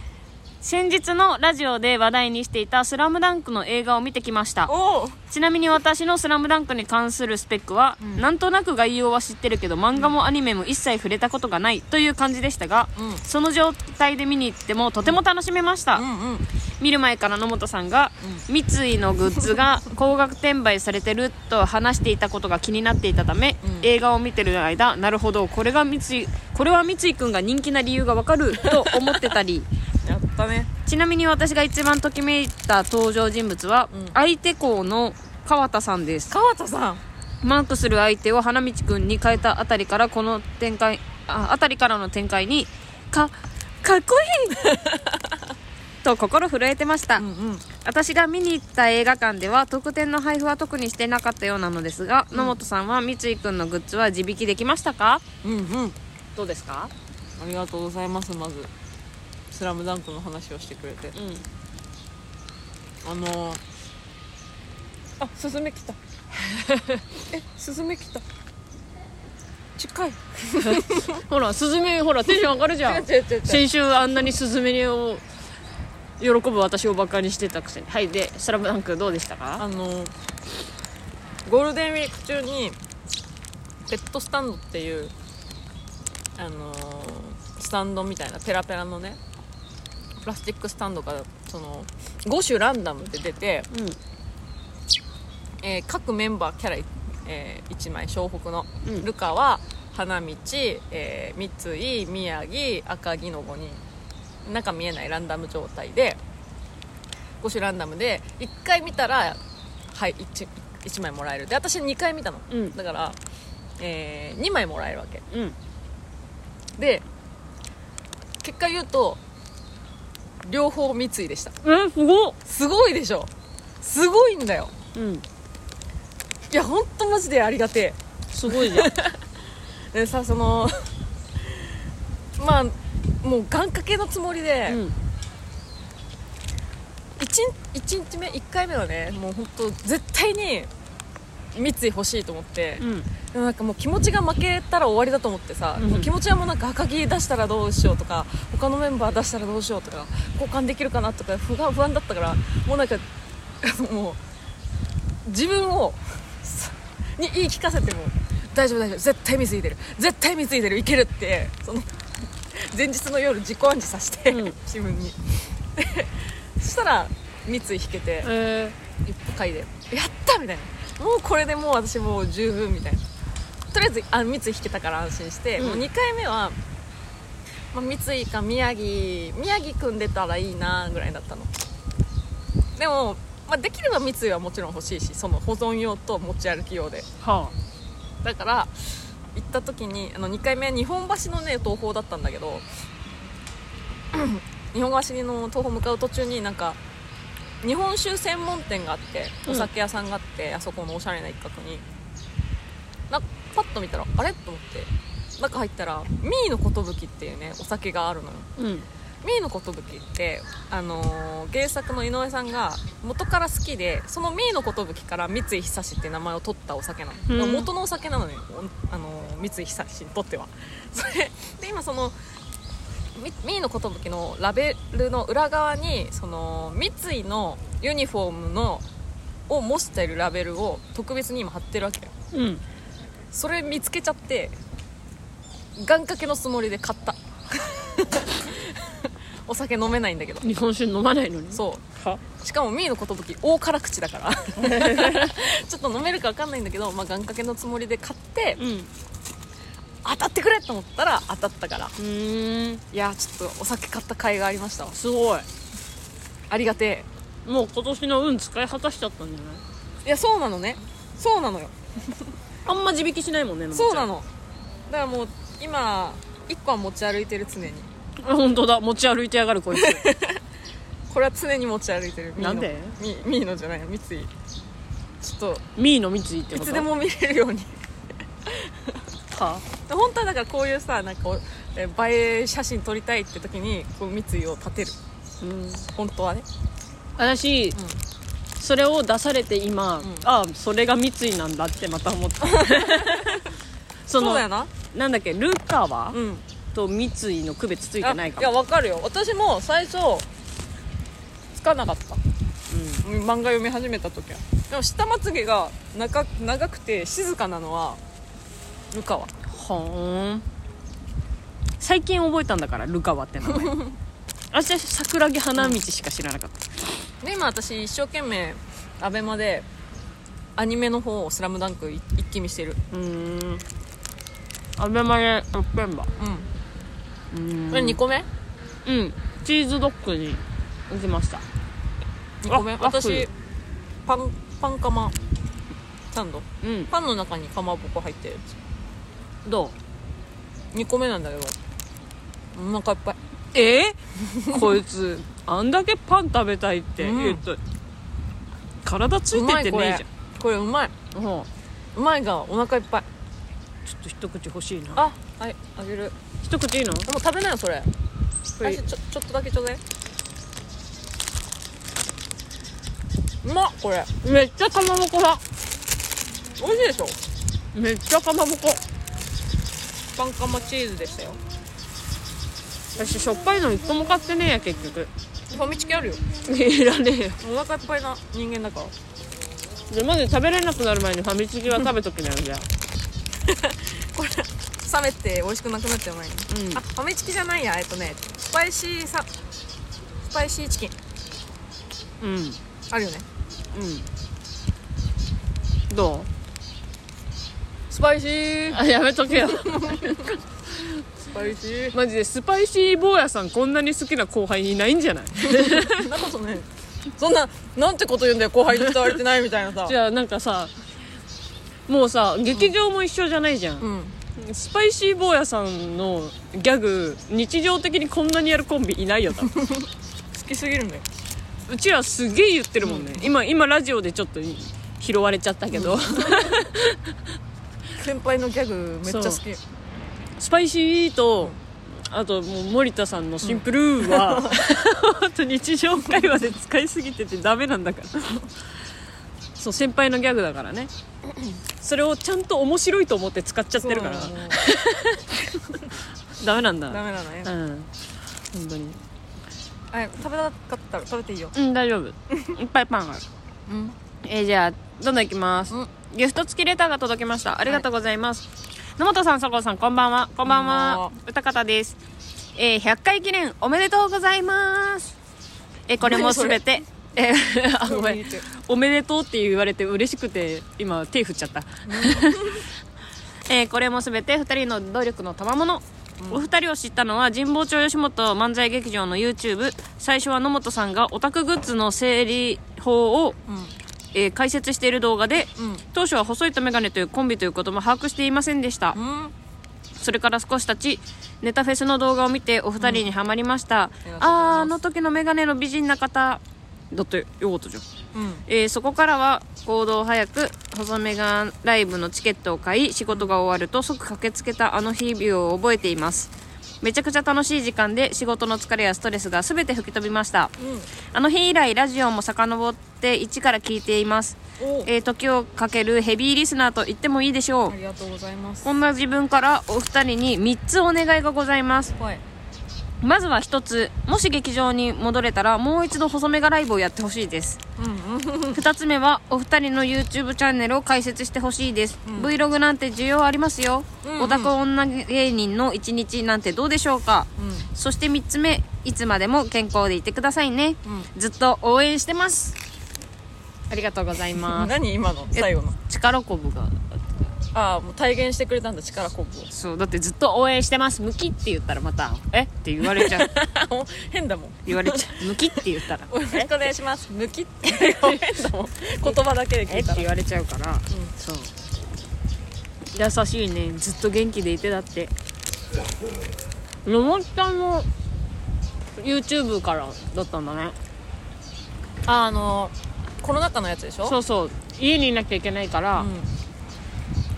先日のラジオで話題にしていた「スラムダンクの映画を見てきました
おお
ちなみに私の「スラムダンクに関するスペックは、
ん
なんとなく概要は知ってるけど漫画もアニメも一切触れたことがないという感じでしたが、
うん
その状態で見に行ってもとても楽しめました、
うんうん
見る前から野本さんが、三井のグッ ズが高額転売されてると話していたことが気になっていたため、
うん
映画を見てる間なるほどこれが三井これは三井くんが人気な理由がわ かると思ってたり
やったね
ちなみに私が一番ときめいた登場人物は、
うん
相手校の川田さんです
川田さん
マークする相手を花道くんに変えたあたりからこの 展開ああたりからの展開にかかっこいいとと心震えてました、
うんうん
私が見に行った映画館では特典の配布は特にしてなかったようなのですが、野本さんは三井くんのグッズは自引きできましたか
うんうん
どうです
あ
か
りがとうございますまず「スラムダンクの話をしてくれて
うん
あのー、あスズメ 来たえスズメ来た近い
ほらスズメほらテンション上がるじゃん
違う違う違う
先週あんなにスズメを喜ぶ私をバカにしてたくせにはいで「スラムダンクどうでしたか
あのーゴールデンウィーク中にペットスタンドっていうあのースタンドみたいなペラペラのねプラスチックスタンドからその5種ランダムで出て、
う
えー各メンバーキャラ、え1枚湘北の、
うん
ルカは花道、えー三井宮城赤城の5人中見えないランダム状態で5種ランダムで1回見たら、はい、1, 1枚もらえるで私2回見たの、
うん
だから、え2枚もらえるわけ
んうん
で結果言うと両方三井でした
えすごっ
すごいでしょすごいんだよ
うん
いやほんとマジでありがてえ
すごいじゃん
でさその まあもう願掛けのつもりで、
うん
一1日目1回目はねもう本当絶対に三井欲しいと思って、
うん
でもなんかもう気持ちが負けたら終わりだと思ってさ、
うん
もう気持ちはもうなんか赤木出したらどうしようとか他のメンバー出したらどうしようとか交換できるかなとか不安不安だったからもうなんかもう自分をさに言い聞かせても大丈夫大丈夫絶対水井出る絶対水井出るいけるってその前日の夜自己暗示させて、
うん
自分にそしたら三井引けて
え
一回で「やった!」みたいなもうこれでもう私もう十分みたいなとりあえずあ三井引けたから安心して、
うん
もう2回目は、まあ、三井か宮城宮城組んでたらいいなぐらいだったのでも、まあ、できれば三井はもちろん欲しいしその保存用と持ち歩き用で
は
だから行った時にあの2回目日本橋のね東宝だったんだけど 日本橋の東宝向かう途中になんか日本酒専門店があって
うん
お酒屋さんがあって、あそこのおしゃれな一角になんかパッと見たらあれと思って中入ったら「ミーの寿」っていうねお酒があるのよ
あうん
ミーの寿って、あのー原作の井上さんが元から好きでそのミーの寿から三井久志って名前を取ったお酒なの、
うん
元のお酒なのよ、おあのー三井久志にとっては それで今そのみミーの寿のラベルの裏側にその三井のユニフォームのを模しているラベルを特別に今貼ってるわけだよ
うん
それ見つけちゃって願掛けのつもりで買った お酒飲めないんだけど
日本酒飲まないのに
そう
は
うしかもミーの寿大辛口だから ちょっと飲めるか分かんないんだけど、まあ、願掛けのつもりで買って
うんう
当たってくれと思ったら当たったから
ーん
いやちょっとお酒買った甲斐がありましたわ
すごい
ありがて
もう今年の運使い果たしちゃったんじゃない
えいやそうなのねそうなのよ
あんま地引きしないもんね
そうな
の
のだからもう今1個は持ち歩いてる常に
ぶちゃんあ本当だ持ち歩いてやがるこいつ
これは常に持ち歩いてるミーの
なんで
ミミーのじゃない三井ちょっと
ミーの三井って
い
こと
つでも見れるように
は
で本当はだからこういうさなんかおえー映え写真撮りたいって時にこう三井を立てる
うん
本当はね
私、それを出されて今、あそれが三井なんだってまた思った
そ
そ
う
の
だよな
なんだっけルカワ
うん
と三井の区別つい
あ
てないか
や
も
わかるよ私も最初つかなかった、うん、漫画読み始めた時はでも下まつげが長長くて静かなのはルカワ
ほーん最近覚えたんだからルカワって名 前私桜木花道しか知らなかった、
で今私一生懸命アベマでアニメの方を「スラムダンクい一気見してる
うーんアベマでやってんだ
うん
うーん
これ2個目
うんチーズドッグに行きました
2個目
ワッフル
私パンパンカマサンド
うん
パンの中にかまぼこ入ってる
どう
2個目なんだけどお腹いっぱい
えー こいつあんだけパン食べたいって言うと、体つ
う
いて
ま
っ
い
て
こ
ねえ
れ
じゃ
これうまい
んうん
うまいがお腹いっぱい
ちょっと一口欲しいな
あはいあげる
一口いいの
でも食べなよそれ
はい
私ちょちょっとだけちょうだいうまっこれ
めっちゃかまぼこだ
美味しいでしょ
めっちゃかまぼこ
パンカマチーズでしたよ
私しょっぱいの一個も買ってねえや結局
ファミチキあるよ
いらねえよ
お腹いっぱいな人間だから
じゃあまず食べれなくなる前にファミチキは食べときなよじゃあ
これ冷めて美味しくなくなっちゃう前に、
うん
あファミチキじゃないやえっとねスパイシーさスパイシーチキン
うんうん
あるよね
ど
スパイシー
うあやめとけよ
スパイシ ー
マジでスパイシー坊やさんこんなに好きな後輩いないんじゃない
そんなことないそんななんてこと言うんだよ後輩に伝われてないみたいな さ
じゃあなんかさもうさ劇場も一緒じゃないじゃん、
うん
スパイシー坊やさんのギャグ日常的にこんなにやるコンビいないよ多分
好きすぎるんだよ
うちらすげえ言ってるもんね、今今ラジオでちょっと拾われちゃったけど、
先輩のギャグめっちゃ好き
スパイシーと、あともう森田さんのシンプルは、本当日常会話で使いすぎててダメなんだからそう先輩のギャグだからねそれをちゃんと面白いと思って使っちゃってるから
そうなの
ダメなんだ
ダメなのね
うん本当に
あ食べたかったら食べていいよ
うん大 丈夫いっぱいパンがある
うん
えーじゃあどんどんいきます、
うん
ギフト付きレターが届きましたありがとうございます、野本さん佐藤さんこんばんはこんばん
こんばん
は
は
歌方です、えー100回記念おめでとうございますえーこれもすべて えーあごめんおめでとうって言われて嬉しくて今手振っちゃったえーこれもすべて2人の努力の賜物お二人を知ったのは神保町吉本漫才劇場の YouTube 最初は野本さんがオタクグッズの整理法を
うん
えー解説している動画で、
うん
当初は細いとメガネというコンビということも把握していませんでした、
うん
それから少し経ちネタフェスの動画を見てお二人にはまりました、
りがとうございます
あーあの時のメガネの美人な方だってよかったじゃん、
うん
えーそこからは行動を早く細メガライブのチケットを買い仕事が終わると即駆けつけたあの日々を覚えていますめちゃくちゃ楽しい時間で仕事の疲れやストレスが全て吹き飛びましたあの日以来ラジオも遡って一から聞いています
お
えー時をかけるヘビーリスナーと言ってもいいでしょう
ありがとうございます
こんな自分からお二人に3つお願いがございます
はい
まずは1つもし劇場に戻れたらもう一度細メガライブをやってほしいです
うんうん
2つ目はお二人の YouTube チャンネルを開設してほしいです、Vlog なんて需要ありますよ、
うんうん
オタク女芸人の1日なんてどうでしょうかそして3つ目いつまでも健康でいてくださいね、ずっと応援してますありがとうございま
うん
す
何今の
え
最後の
力こぶが
ああもう体現してくれたんだ力こぶを
そうだってずっと応援してます向きって言ったらまた「えっ?」て言われちゃう
あもう変だもん
言われちゃう向きって言ったら
よ
「
ろしくお願いします抜き って変だもん言葉だけで聞
えっ?」
い
て
たら
言われちゃうから、そう優しいねずっと元気でいてだって野本さんの YouTube からだったんだね
ああのコロナ禍のやつでしょ
そうそう家にいなきゃいけないから、
うん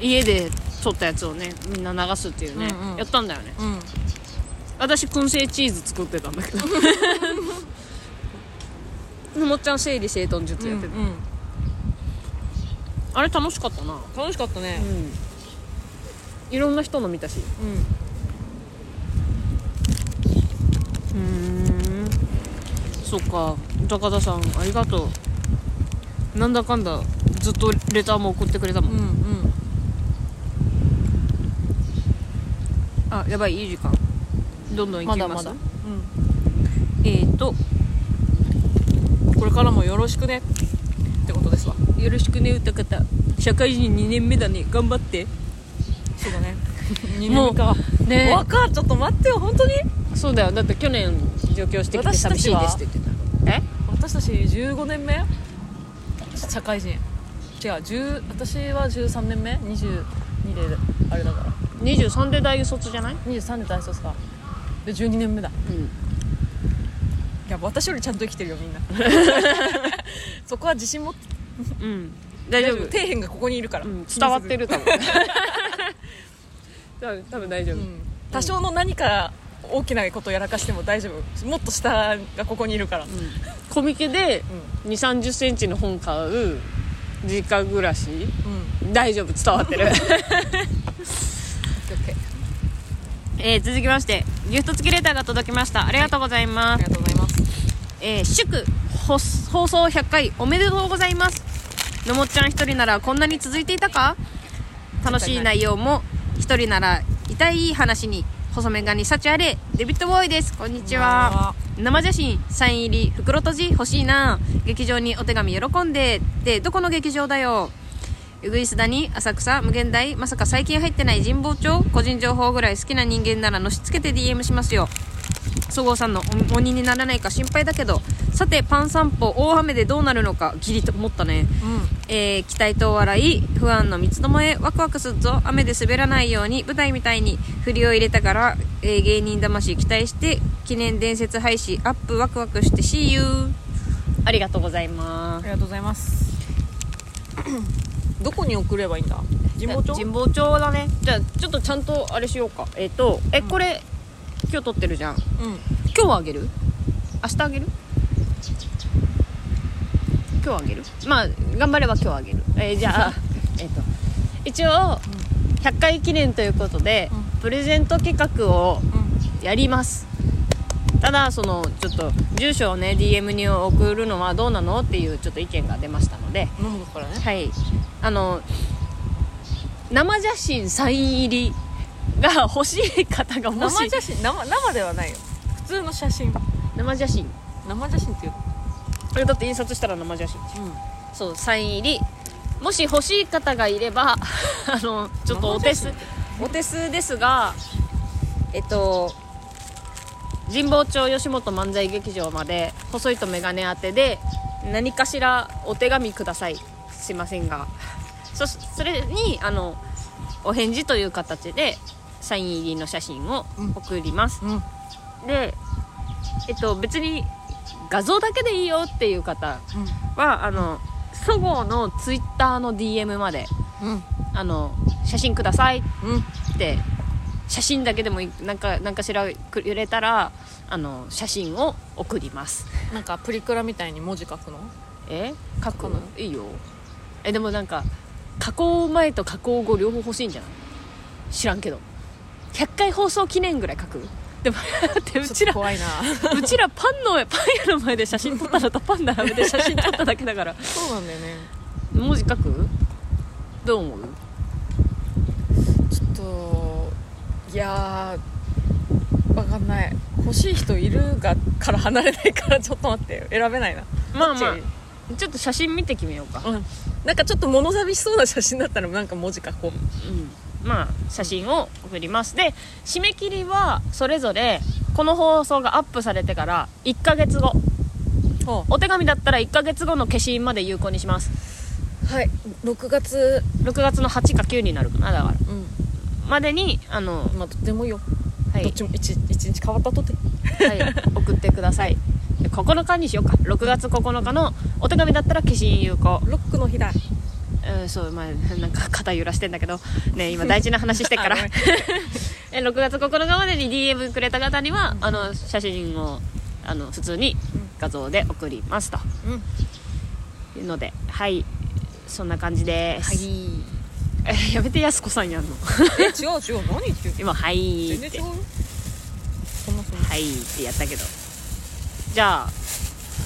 家で撮ったやつをねみんな流すっていうね、
うんうん
やったんだよね
うん
私燻製チーズ作ってたん だけどのもっちゃん整理整頓術やってた、
うん
あれ楽しかったな
楽しかったね
うんいろんな人の見たし
うん
うんそっか高田さんありがとうなんだかんだずっとレターも送ってくれたもん、
うんうん
あやばいいい時間どんどん行
ま
き
だ
ます
まだ
えっ、ー、と
これからもよろしくねってことですわ
よろしくね歌方社会人2年目だね頑張って
そう だね2
も
年
う
か
ね
わかちょっと待ってよ本当に
そうだよだって去年上京してきて
私た
寂し
ち
いで
は
すって言ってたえ
私たち15年目社会人違う10私は13年目22であれだから
23で大卒じゃない
23で大卒かで12年目だ
うん
やや私よりちゃんと生きてるよみ んなそこは自信持って
うん大丈夫
底辺がここにいるから、
うん伝わってると 思う多分多分大丈夫、
うん多少の何か大きなことをやらかしても大丈夫もっと下がここにいるから、
コミケで2 3 0センチの本買う実家暮らし
うん
大丈夫伝わってる
えー続きましてギフト付きレターが届きましたありがとうございま
あり
す、
がとうございます
えー祝放放送100回おめでとうございますのもっちゃん一人ならこんなに続いていたか楽しい内容も一人なら痛い話に細めがに幸あれデビットボーイですこんにちは生写真サイン入り袋閉じ欲しいな劇場にお手紙喜んでってどこの劇場だようぐいすだに浅草無限大まさか最近入ってない神保町個人情報ぐらい好きな人間ならのしつけて DM しますよそごうさんのお鬼にならないか心配だけどさてパン散歩大雨でどうなるのかギリと思ったね、えー期待と笑い不安の三つどもえワクワクするぞ雨で滑らないように舞台みたいに振りを入れたから、えー芸人魂期待して記念伝説配信アップワクワクして See you ありがとうございま
あ
す
りがとうございます どこに送ればいいんだ神保町
神保町だねじゃあちょっとちゃんとあれしようかえっ、とえこれ、今日撮ってるじゃん
うん
今日はあげる明日あげる今日はあげるまあ頑張れば今日はあげる、 えーじゃあえっと一応100回記念ということで、プレゼント企画をやりますただそのちょっと住所をね DM に送るのはどうなのっていうちょっと意見が出ましたので
飲むからね
はいあの生写真サイン入りが欲しい方がも
生
し
写真生生ではないよ普通の写真
生写真
生写真っていう
えだって印刷したら生写真
うん
そうサイン入りもし欲しい方がいれば あのちょっとお手数お手数ですがえっと神保町吉本漫才劇場まで細いとメガネ当てで何かしらお手紙くださいすいませんがそしそれにあのお返事という形でサイン入りの写真を送ります、
うん
でえっと別に画像だけでいいよっていう方はあのそごうのツイッターの DM まで
うん
あの写真ください
うん
って写真だけでもいいなんかなんかしらくれたらあの写真を送ります
なんかプリクラみたいに文字書くの
え書く
書くの
のいいよえでもなんか加工前と加工後両方欲しいんじゃない知らんけど100回放送記念ぐらい書くでもだ ってう
ち
ち
ょっと
ら
怖いな
うちらパンのパン屋の前で写真撮ったのとパン並べて写真撮っただけだから
そうなんだよね
文字書くどう思う
ちょっといやーわかんない欲しい人いるがから離れないからちょっと待って選べないな
ま
どっ
あま
ち
あちょっと写真見て決めようか、
うん、なんかちょっと物寂しそうな写真だったらなんか文字書こう
うん、まあ写真を送りますで締め切りはそれぞれこの放送がアップされてから1ヶ月後お手紙だったら1ヶ月後の消印まで有効にします
はい6月
6月の8か9になるかなだから
う
までにあの、
んまあとてもいいよ、ど
はい
っちも一一日変わったとて
はい、送ってくださいで9日にしようか6月9日のお手紙だったら消印有効
ロックの日だ
うんそうまあなんか肩揺らしてんだけどね今大事な話してっ から
あごめん
え6月9日までに DM くれた方にはあの写真をあの普通に画像で送りますと
うん は
いうのではいそんな感じです、
い
え やめてやすこさんやんの
え違う違う何言ってる
今「はい」
全
っ
然違
て
うよそんなそん
「はい」ってやったけどじゃあ、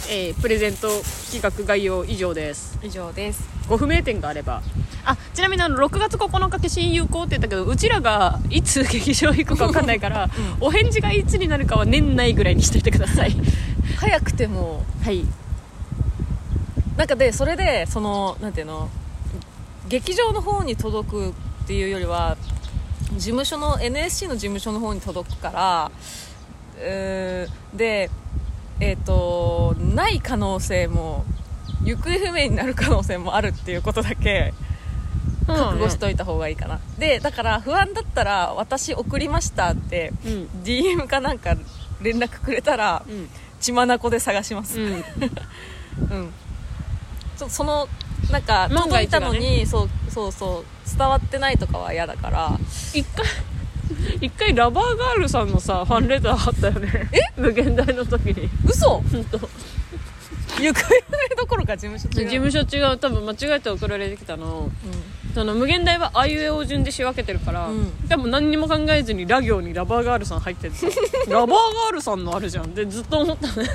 えープレゼント企画概要以上です
以上です
ご不明点があればあちなみにあの6月9日消印有効って言ったけどうちらがいつ劇場行くか分かんないから、お返事がいつになるかは年内ぐらいにしといてください
早くても
はい
なんかでそれでそのなんていうの劇場の方に届くっていうよりは事務所の NSC の事務所の方に届くからうーんでえっ、とない可能性も行方不明になる可能性もあるっていうことだけ覚悟しといた方がいいかな、でだから不安だったら「私送りました」って
うん
DM かなんか連絡くれたら
うん
血眼で探します
うん
うんちょっとそのなんか
万が
届
一
いた
がね
のに、そうそうそう伝わってないとかは嫌だから
一回一回ラバーガールさんのさファンレターあったよねえ無限大の時に
嘘
本当
行方不明どころか事務所違
事
う
務所違う多分間違えて送られてきたのその無限大はあいうえお順で仕分けてるから、
うん
でも何にも考えずにラ行にラバーガールさん入って てラバーガールさんのあるじゃんってずっと思ったね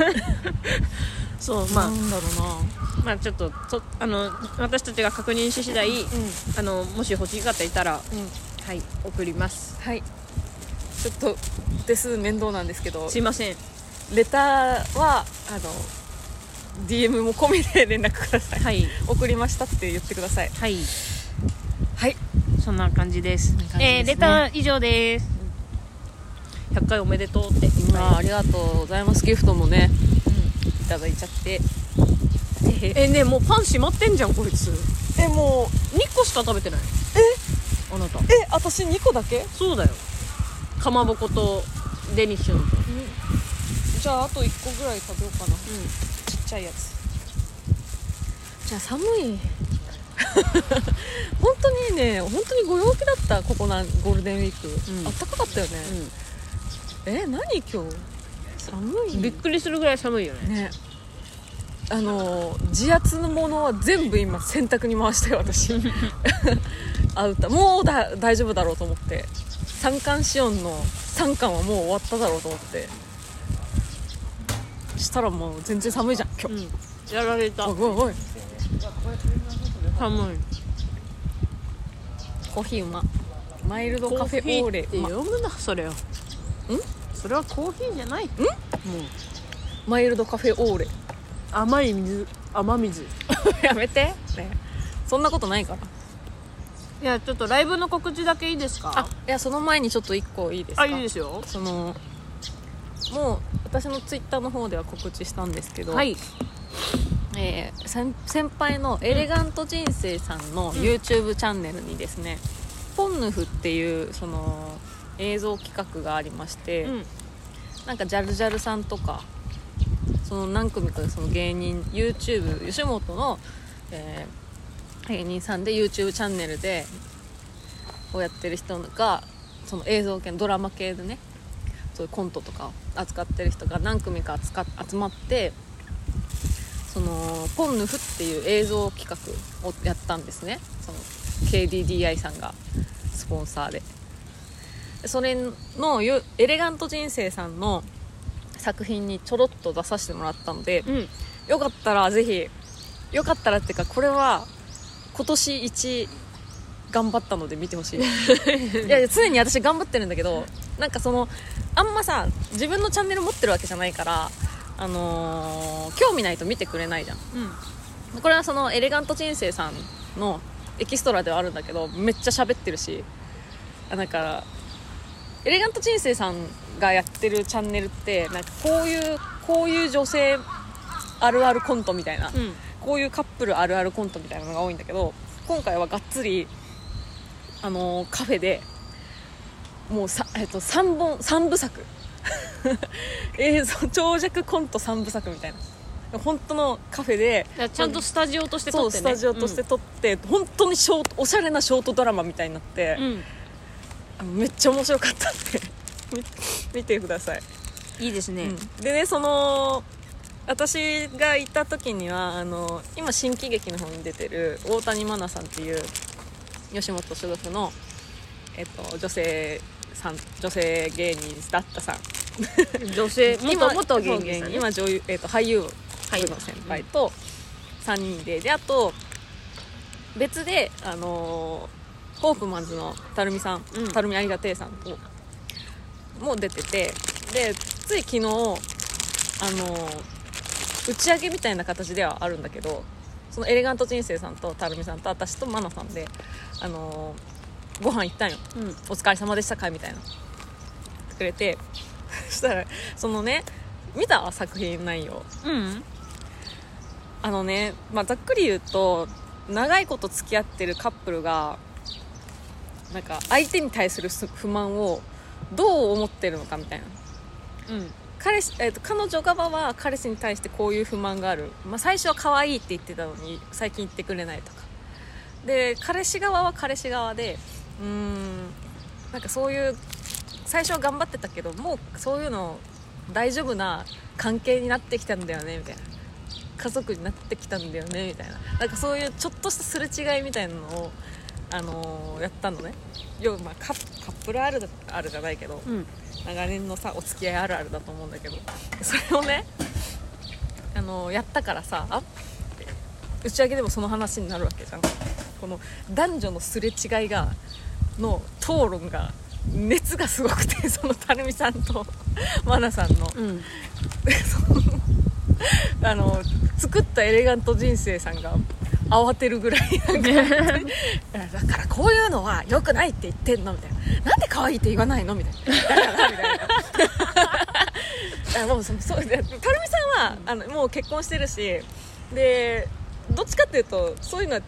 そうま
な
あ、
んだろうな
まあちょっととあの私たちが確認し次第、
う
あのもし欲しい方いた
ん
ら
うん
はい送ります
はいちょっと手数面倒なんですけど
すいません
レターはあの DM も込みで連絡ください
はい
送りましたって言ってください
はい
はい
そんな感じです
な感じですね
えーレター以上です100回おめでとうって
まあありがとうございますギフトもね、いただいちゃって
えねえもうパン閉まってんじゃんこいつ
えもう
2個しか食べてないえあなた
え私2個だけ
そうだよかまぼことデニッシュのと
じゃああと1個ぐらい食べようかな、ちっちゃいやつじゃあ寒い 本当にね本当にご陽気だったここなゴールデンウィーク、
うん
あったかかったよね、え何今日寒い
びっくりするぐらい寒いよね
ねあのー自圧のものは全部今洗濯に回したよ 私アウターもうだ大丈夫だろうと思って三寒四温の三寒はもう終わっただろうと思ってしたらもう全然寒いじゃん今
う
日、
んやられた
おいおいおい
寒い
コーヒーうまマイルド
コ
カフ
ーヒ
ェ
ー
オー
っ
レ
て
うま
読むなそれをんそれはコーヒーじゃないんもう
マイルドカフェオーレ
甘い水甘水
やめて、ね、そんなことないから
いやちょっとライブの告知だけいいですか
あいやその前にちょっと1個いいですか
あいいですよ
そのもう私のツイッターの方では告知したんですけど、
はい
えー先先輩のエレガント人生さんの YouTube チャンネルにですね、ポンヌフっていうその映像企画がありまして、
うん
なんかジャルジャルさんとかその何組かその芸人 YouTube 吉本の、えー芸人さんで YouTube チャンネルでをやってる人がその映像系のドラマ系でねそういうコントとかを扱ってる人が何組か扱っ集まってそのポンヌフっていう映像企画をやったんですねその KDDI さんがスポンサーでそれのゆエレガント人生さんの作品にちょろっと出させてもらったので
うん
よかったらぜひよかったらっていうかこれは今年一頑張ったので見てほしいいやいや常に私頑張ってるんだけどなんかそのあんまさ自分のチャンネル持ってるわけじゃないからあのー興味ないと見てくれないじゃん
うん
これはそのエレガント人生さんのエキストラではあるんだけどめっちゃ喋ってるしあだからエレガント人生さんがやってるチャンネルってなんかこういうこういう女性あるあるコントみたいな、
うん
こういうカップルあるあるコントみたいなのが多いんだけど今回はがっつり、あのーカフェでもうさ、えっと、3, 本三部作 映像長尺コント3部作みたいな本当のカフェで
いやちゃんとスタジオとして
そ
撮
う
ってね
スタジオとして撮って、本当にショートおしゃれなショートドラマみたいになって
う、ん、うん
あのめっちゃ面白かったんで み見てください、
いいですね、
でねその私が行った時にはあの今新喜劇の方に出てる大谷真奈さんっていう吉本所属の、えっと、女性さん女性芸人だったさん
女性元元芸
そう
人さんね
今女優、えっと俳優部の先輩と3人でであと別であのーホープマンズのたるみさん、
うん
たるみありがてえさんとも出ててでつい昨日あのー打ち上げみたいな形ではあるんだけどそのエレガント人生さんとたるみさんと私とマナさんであのーご飯行ったんよ
うん
お疲れ様でしたかいみたいなくれて そしたらそのね見た作品内容
うん
あのね、まあ、ざっくり言うと長いこと付き合ってるカップルがなんか相手に対する不不満をどう思ってるのかみたいな
うん
彼氏、えっと彼女側は彼氏に対してこういう不満がある、まあ、最初は可愛いって言ってたのに最近言ってくれないとかで彼氏側は彼氏側でうーんなんかそういう最初は頑張ってたけどもうそういうの大丈夫な関係になってきたんだよねみたいな家族になってきたんだよねみたいななんかそういうちょっとしたすれ違いみたいなのを、あのーやったのね要はまあカッカップルあるあるじゃないけど、
うん
長年のさお付き合いあるあるだと思うんだけどそれをねあのやったからさあ打ち上げでもその話になるわけじゃんこの男女のすれ違いがの討論が熱がすごくてそのたるみさんとまなさんの
うん
あの作ったエレガント人生さんが慌てるぐらいなんかいやだからこういうのは良くないって言ってんのみたいななんで可愛いって言わないのみたいなだからみたいな あもうそそうでたるみさんはあのもう結婚してるしでどっちかっていうとそういうのは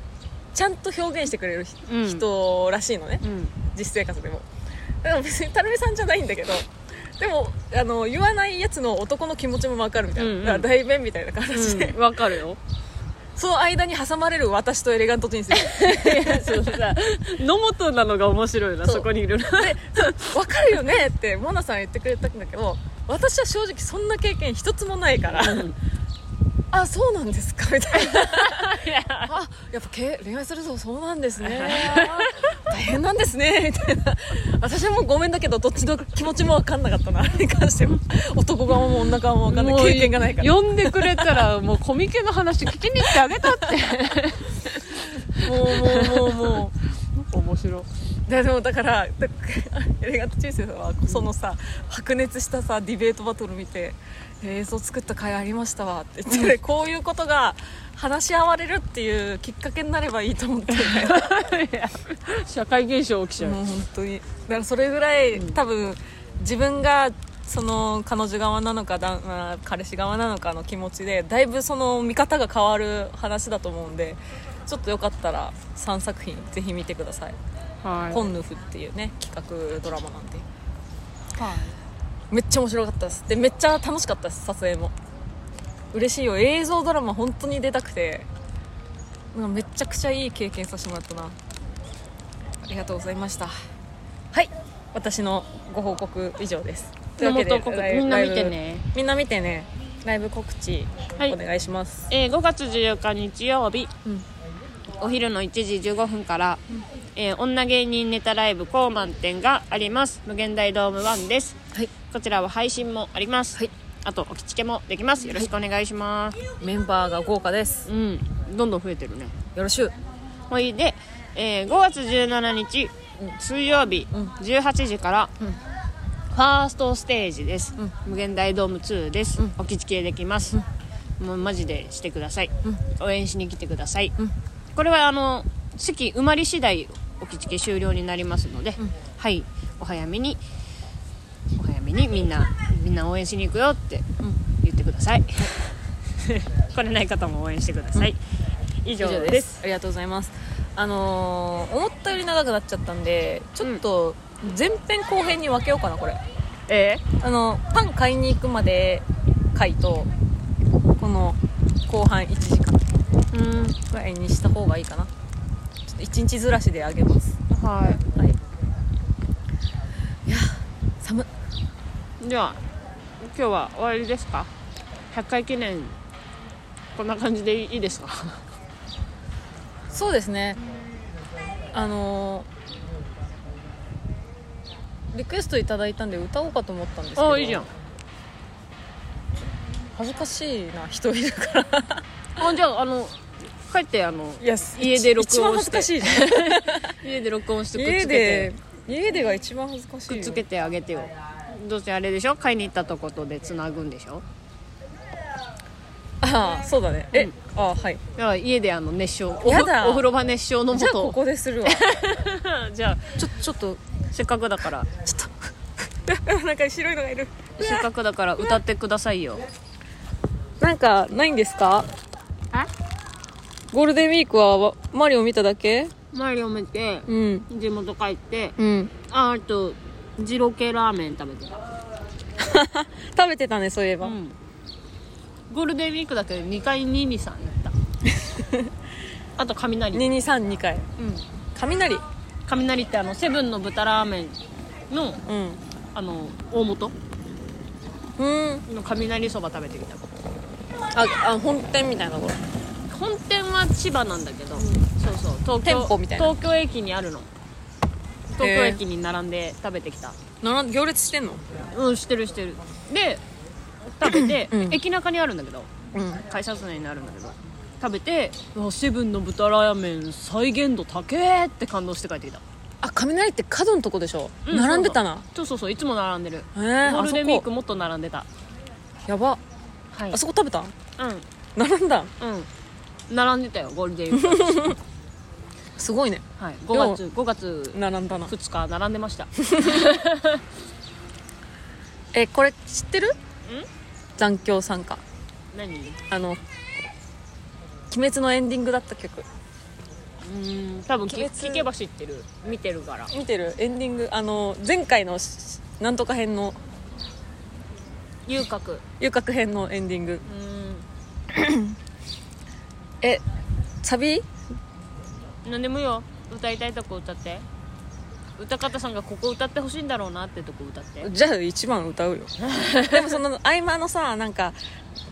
ちゃんと表現してくれるひ
うん
人らしいのね、
うん
実生活でもでも別にたるみさんじゃないんだけどでもあの言わないやつの男の気持ちも分かるみたいな、
うんうん
だから代弁みたいな形で、
わかるよ
その間に挟まれる私とエレガント人生
そうさ野本なのが面白いな
そう
そこにいるな
分かるよねってモナさん言ってくれたんだけど私は正直そんな経験一つもないから、あそうなんですかみた いなあやっぱけ恋愛するとそうなんです ね大変なんですねみたいな私はもうごめんだけどどっちの気持ちも分かんなかったなあれに関しては男側も女側も分かんない経験がないから
呼んでくれたらもうコミケの話聞きに来てあげたって
もうもうもうも
面白
うででもだから だエレガント中世さんはそのさ白熱したさディベートバトル見て映像作った回ありましたわって言ってこういうことが話し合われるっていうきっかけになればいいと思って
社会現象起きちゃう、
もう本当にだからそれぐらい、多分自分がその彼女側なのかだ、まあ、彼氏側なのかの気持ちでだいぶその見方が変わる話だと思うんでちょっとよかったら3作品ぜひ見てください
はい
コンヌフっていうね企画ドラマなんで、めっちゃ面白かったですでめっちゃ楽しかったです撮影も嬉しいよ映像ドラマ本当に出たくてなんかめちゃくちゃいい経験させてもらったなありがとうございましたはい私のご報告以上ですという
野
わけで
本国
ライブ
みんな見てね
みんな見てねライブ告知
はい
お願いします、
えー5月14日日曜日、
ん
お昼の1時15分から、えー女芸人ネタライブ高満点があります無限大ドーム1です
はい
こちらは配信もあります、
はい
あとお聞きつけもできますよろしくお願いします、
メンバーが豪華です
うんどんどん増えてるね
よろしゅう
ほいで、えー5月17日水曜日、
ん
18時から、
ん
ファーストステージです、
ん
無限大ドーム2です、
ん
お聞き付けできます、もうマジでしてください、応援しに来てください、
ん
これはあの席埋まり次第お聞き付け終了になりますので、はいお早めにお早めにみんなみんな応援しに行くよって言ってくだ さい、来れない方も応援してください、以上
以上
です
ですありがとうございますあのー思ったより長くなっちゃったんでちょっと前編後編に分けようかなこれ
え
あのパン買いに行くまで回とこの後半1時間
うん
ぐらいにした方がいいかなちょっと1日ずらしであげます
は
はいいや寒っ
い。では、今日は終わりですか ?100 回記念、こんな感じでいいですか
そうですねあのーリクエストいただいたんで歌おうかと思ったんですけど
あ、いいじゃん。
恥ずかしいな人いるから
あ、じゃあ、あの、帰って、あの、
い や
家で
一
録音して
番恥ずかしいじ ゃん
家で録音してくっ
家
つけて
で、家でが一番恥ずかしい
くっ
よ
つけてあげてよ。どうせあれでしょ買いに行ったとことでつなぐんでしょ
ああそうだねえ、
うん
ああはい
だから家であの熱唱お
やだ
お風呂場熱唱のも
じゃあことこです るわ
じゃあ
ちょちょっと
せっかくだから
ちょっと なんか白いのがいる
せっかくだから歌ってくださいよ
なんかないんですか
あ
ゴールデンウィークはわマリオ見ただけ
周りを見て
うん
地元帰って
うん
ああと二郎系ラーメン食べてた
食べてたねそういえば、
うんゴールデンウィークだけど2回223行った あと雷
二二223 2回
うん
雷
雷ってあのセブンの豚ラーメンの
うん
あの大元
うん
の雷そば食べてきた
ああ本店みたいなところ
本店は千葉なんだけど、そうそう東京
店舗みたいな
東京駅にあるの東
へ
京
ー
駅に並んで食べてきた、
並ん行列してんの
うんしてるしてるで食べて、
うん
駅中にあるんだけど
うん
改札内にあるんだけど食べて「うわセブンの豚ラーメン再現度高え!」って感動して帰ってきた、
あ雷って角のとこでしょ、
うん
並んでたな
そうそうそうそういつも並んでる
え
ゴ
ー、
ー
あ
ル
そ
デンウィーク
こ
もっと並んでた
やば
はい
あそこ食べた
うん
並んだ
うん並んでたよゴールデンウィーク、
すごいね
はい、5月5月
並んだな
2日並んでました
えこれ知ってる残響参加
何う
あの「鬼滅」のエンディングだった曲
ーん多分き
鬼滅
聞けば知ってる見てるから
見てるエンディングあの前回のしなんとか編の
遊郭
遊郭編のエンディング
うー
えサビ
ん何でもいいよ歌いたいとこ歌って歌方さんがここ歌ってほしいんだろうなってとこ歌って
じゃあ一番歌うよ でもその合間のさなんか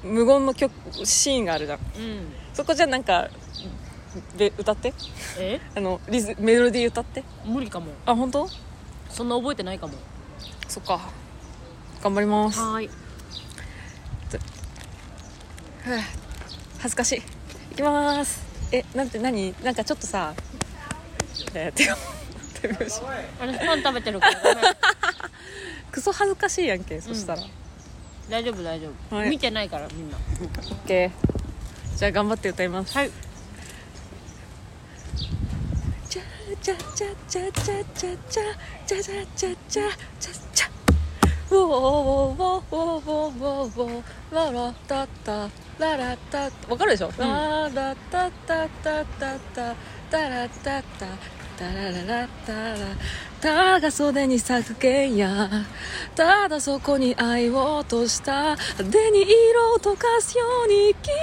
無言の曲シーンがあるじゃん
うん
そこじゃあなんかで歌って
え
あのリズメロディー歌って
無理かも
あ本当
そんな覚えてないかも
そっか頑張ります
はーい
恥ずかしい行きまーすえなんて何なんかちょっとさえー、手を手拍子
私パン食べてるからごめん
クソ恥ずかしいやんけそしたら、
大丈夫大丈夫、
はい
見てないからみんな
オッケーじゃあ頑張って歌います
はい
チャチャチャチャチャチャチャチャチャチャチャチャチャウォーウォーウォーウォーウォーウォーウォーララタタララタタわかるでしょ、ララタタタタタタラタタタラララタラたが袖に咲く剣やただそこに愛を落とした手に色を溶かすように金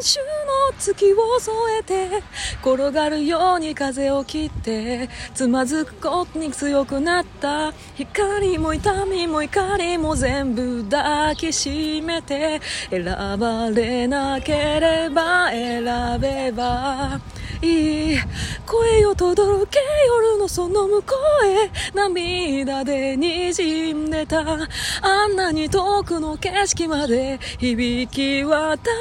種の月を添えて転がるように風を切ってつまずくことに強くなった光も痛みも怒りも全部抱きしめて選ばれなければ選べばいい声よとどろけ夜のその向こうへ涙で滲んでたあんなに遠くの景色まで響き渡れ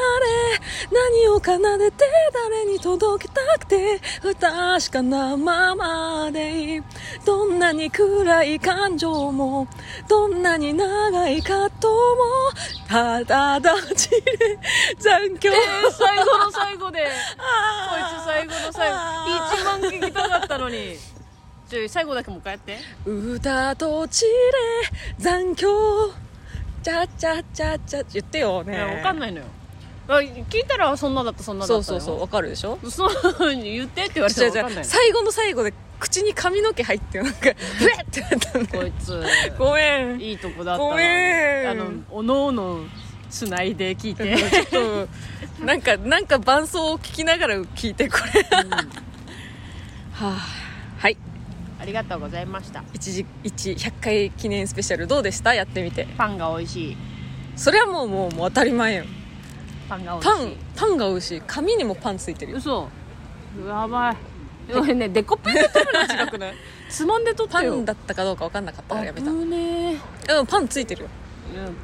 何を奏でて誰に届けたくて不確かなままでいいどんなに暗い感情もどんなに長い葛藤もただだちれ残響
最後の最後でこいつ最後の最
あー
後一番聞きたかったのにちょ最後だけもう一回やって
歌と散れ残響チャチャチャチャ言ってよ
い
ね
やわかんないのよあ聞いたらそんなだったそんなだ
そ
っ
う
た
そう
よ
そうわかるでしょ
そういうふうに言ってって言われ
違
て
う
もわかん
違
な
う
い
最後の最後で口に髪の毛入ってなんかフレッってなったんだ
こ
よ
いつ
ごめん
いいとこだったの
ごめん
あのおのおのつないで聞いて
ちょっとなんかなんか伴奏を聞きながら聞いてこれ、はあはい
ありがとうございました
一時一100回記念スペシャルどうでしたやってみて
パンが美味しい
それはもうもうもう当たり前よ
パンが美味しい
パンパンが美味しい髪にもパンついてるよ
嘘やばい俺 ねデコペンで取るの違くない つまんで取っ
パ
てよ
ンだったかどうか分かんなかったからやめた
危ね
うんパンついてるよ
えうん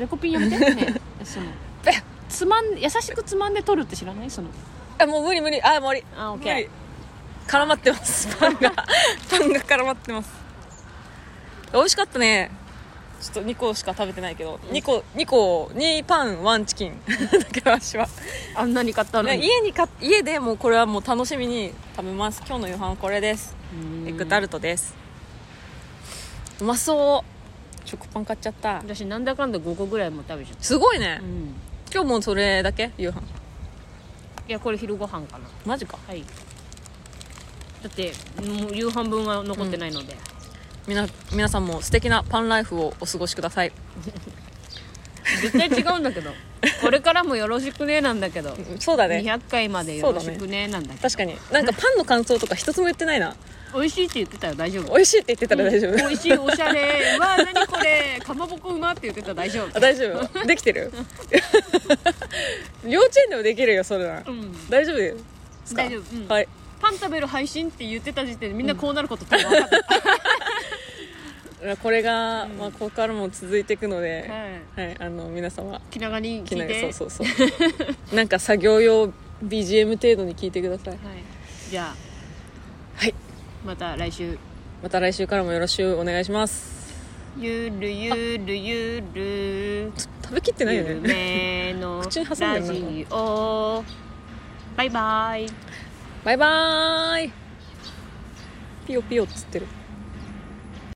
デコピンやめて ねえその
え
つまん優しくつまんで取るって知らないその
あもう無理無理あもう終
あオ
わ
ッ
り無
ケー
理絡まってます パンがパンが絡まってます美味しかったねちょっと2個しか食べてないけど2個2個2パン1チキン だから私は
あんなに買ったの
ね
に
家にか家でもうこれはもう楽しみに食べます今日の夕飯はこれです
うん
エッグタルトですうまそう食パン買っちゃった
私なんだかんだ5個ぐらいも食べちゃっ
すごい
た
ね
うん
今日もうそれだけ夕飯
いやこれ昼ご飯かな
マジか
はいだってもう夕飯分は残ってないので、
みな皆さんも素敵なパンライフをお過ごしください
絶対違うんだけどこれからもよろしくねなんだけど
そうだね
200回までよろしくねなんだけど
確かになんかパンの感想とか一つも言ってないな
美味しいって言ってたら大丈夫
美味しいって言ってたら大丈夫、
美味しいおしゃれうわ何これかまぼこうまって言ってたら大丈夫
あ大丈 夫できてる 幼稚園でもできるよそれな、
うん
大丈夫ですか
大丈夫うん
はい
パン食べる配信って言ってた時点でみんなこうなること多分分かった、
これが、まあ、ここからも続いていくので、
はい
はい、あの皆様
気長に
気
聞い
長
て
にそうそうそう なんか作業用 BGM 程度に聞いてください
はい、じゃあ
はい
また来週
また来週からもよろしくお願いします
ゆるゆるゆる
食べきってないよ
ゆる
ね
めの
口に挟んで
ラ
るな
ジオバイバイ
バイバーイピヨピヨっつってる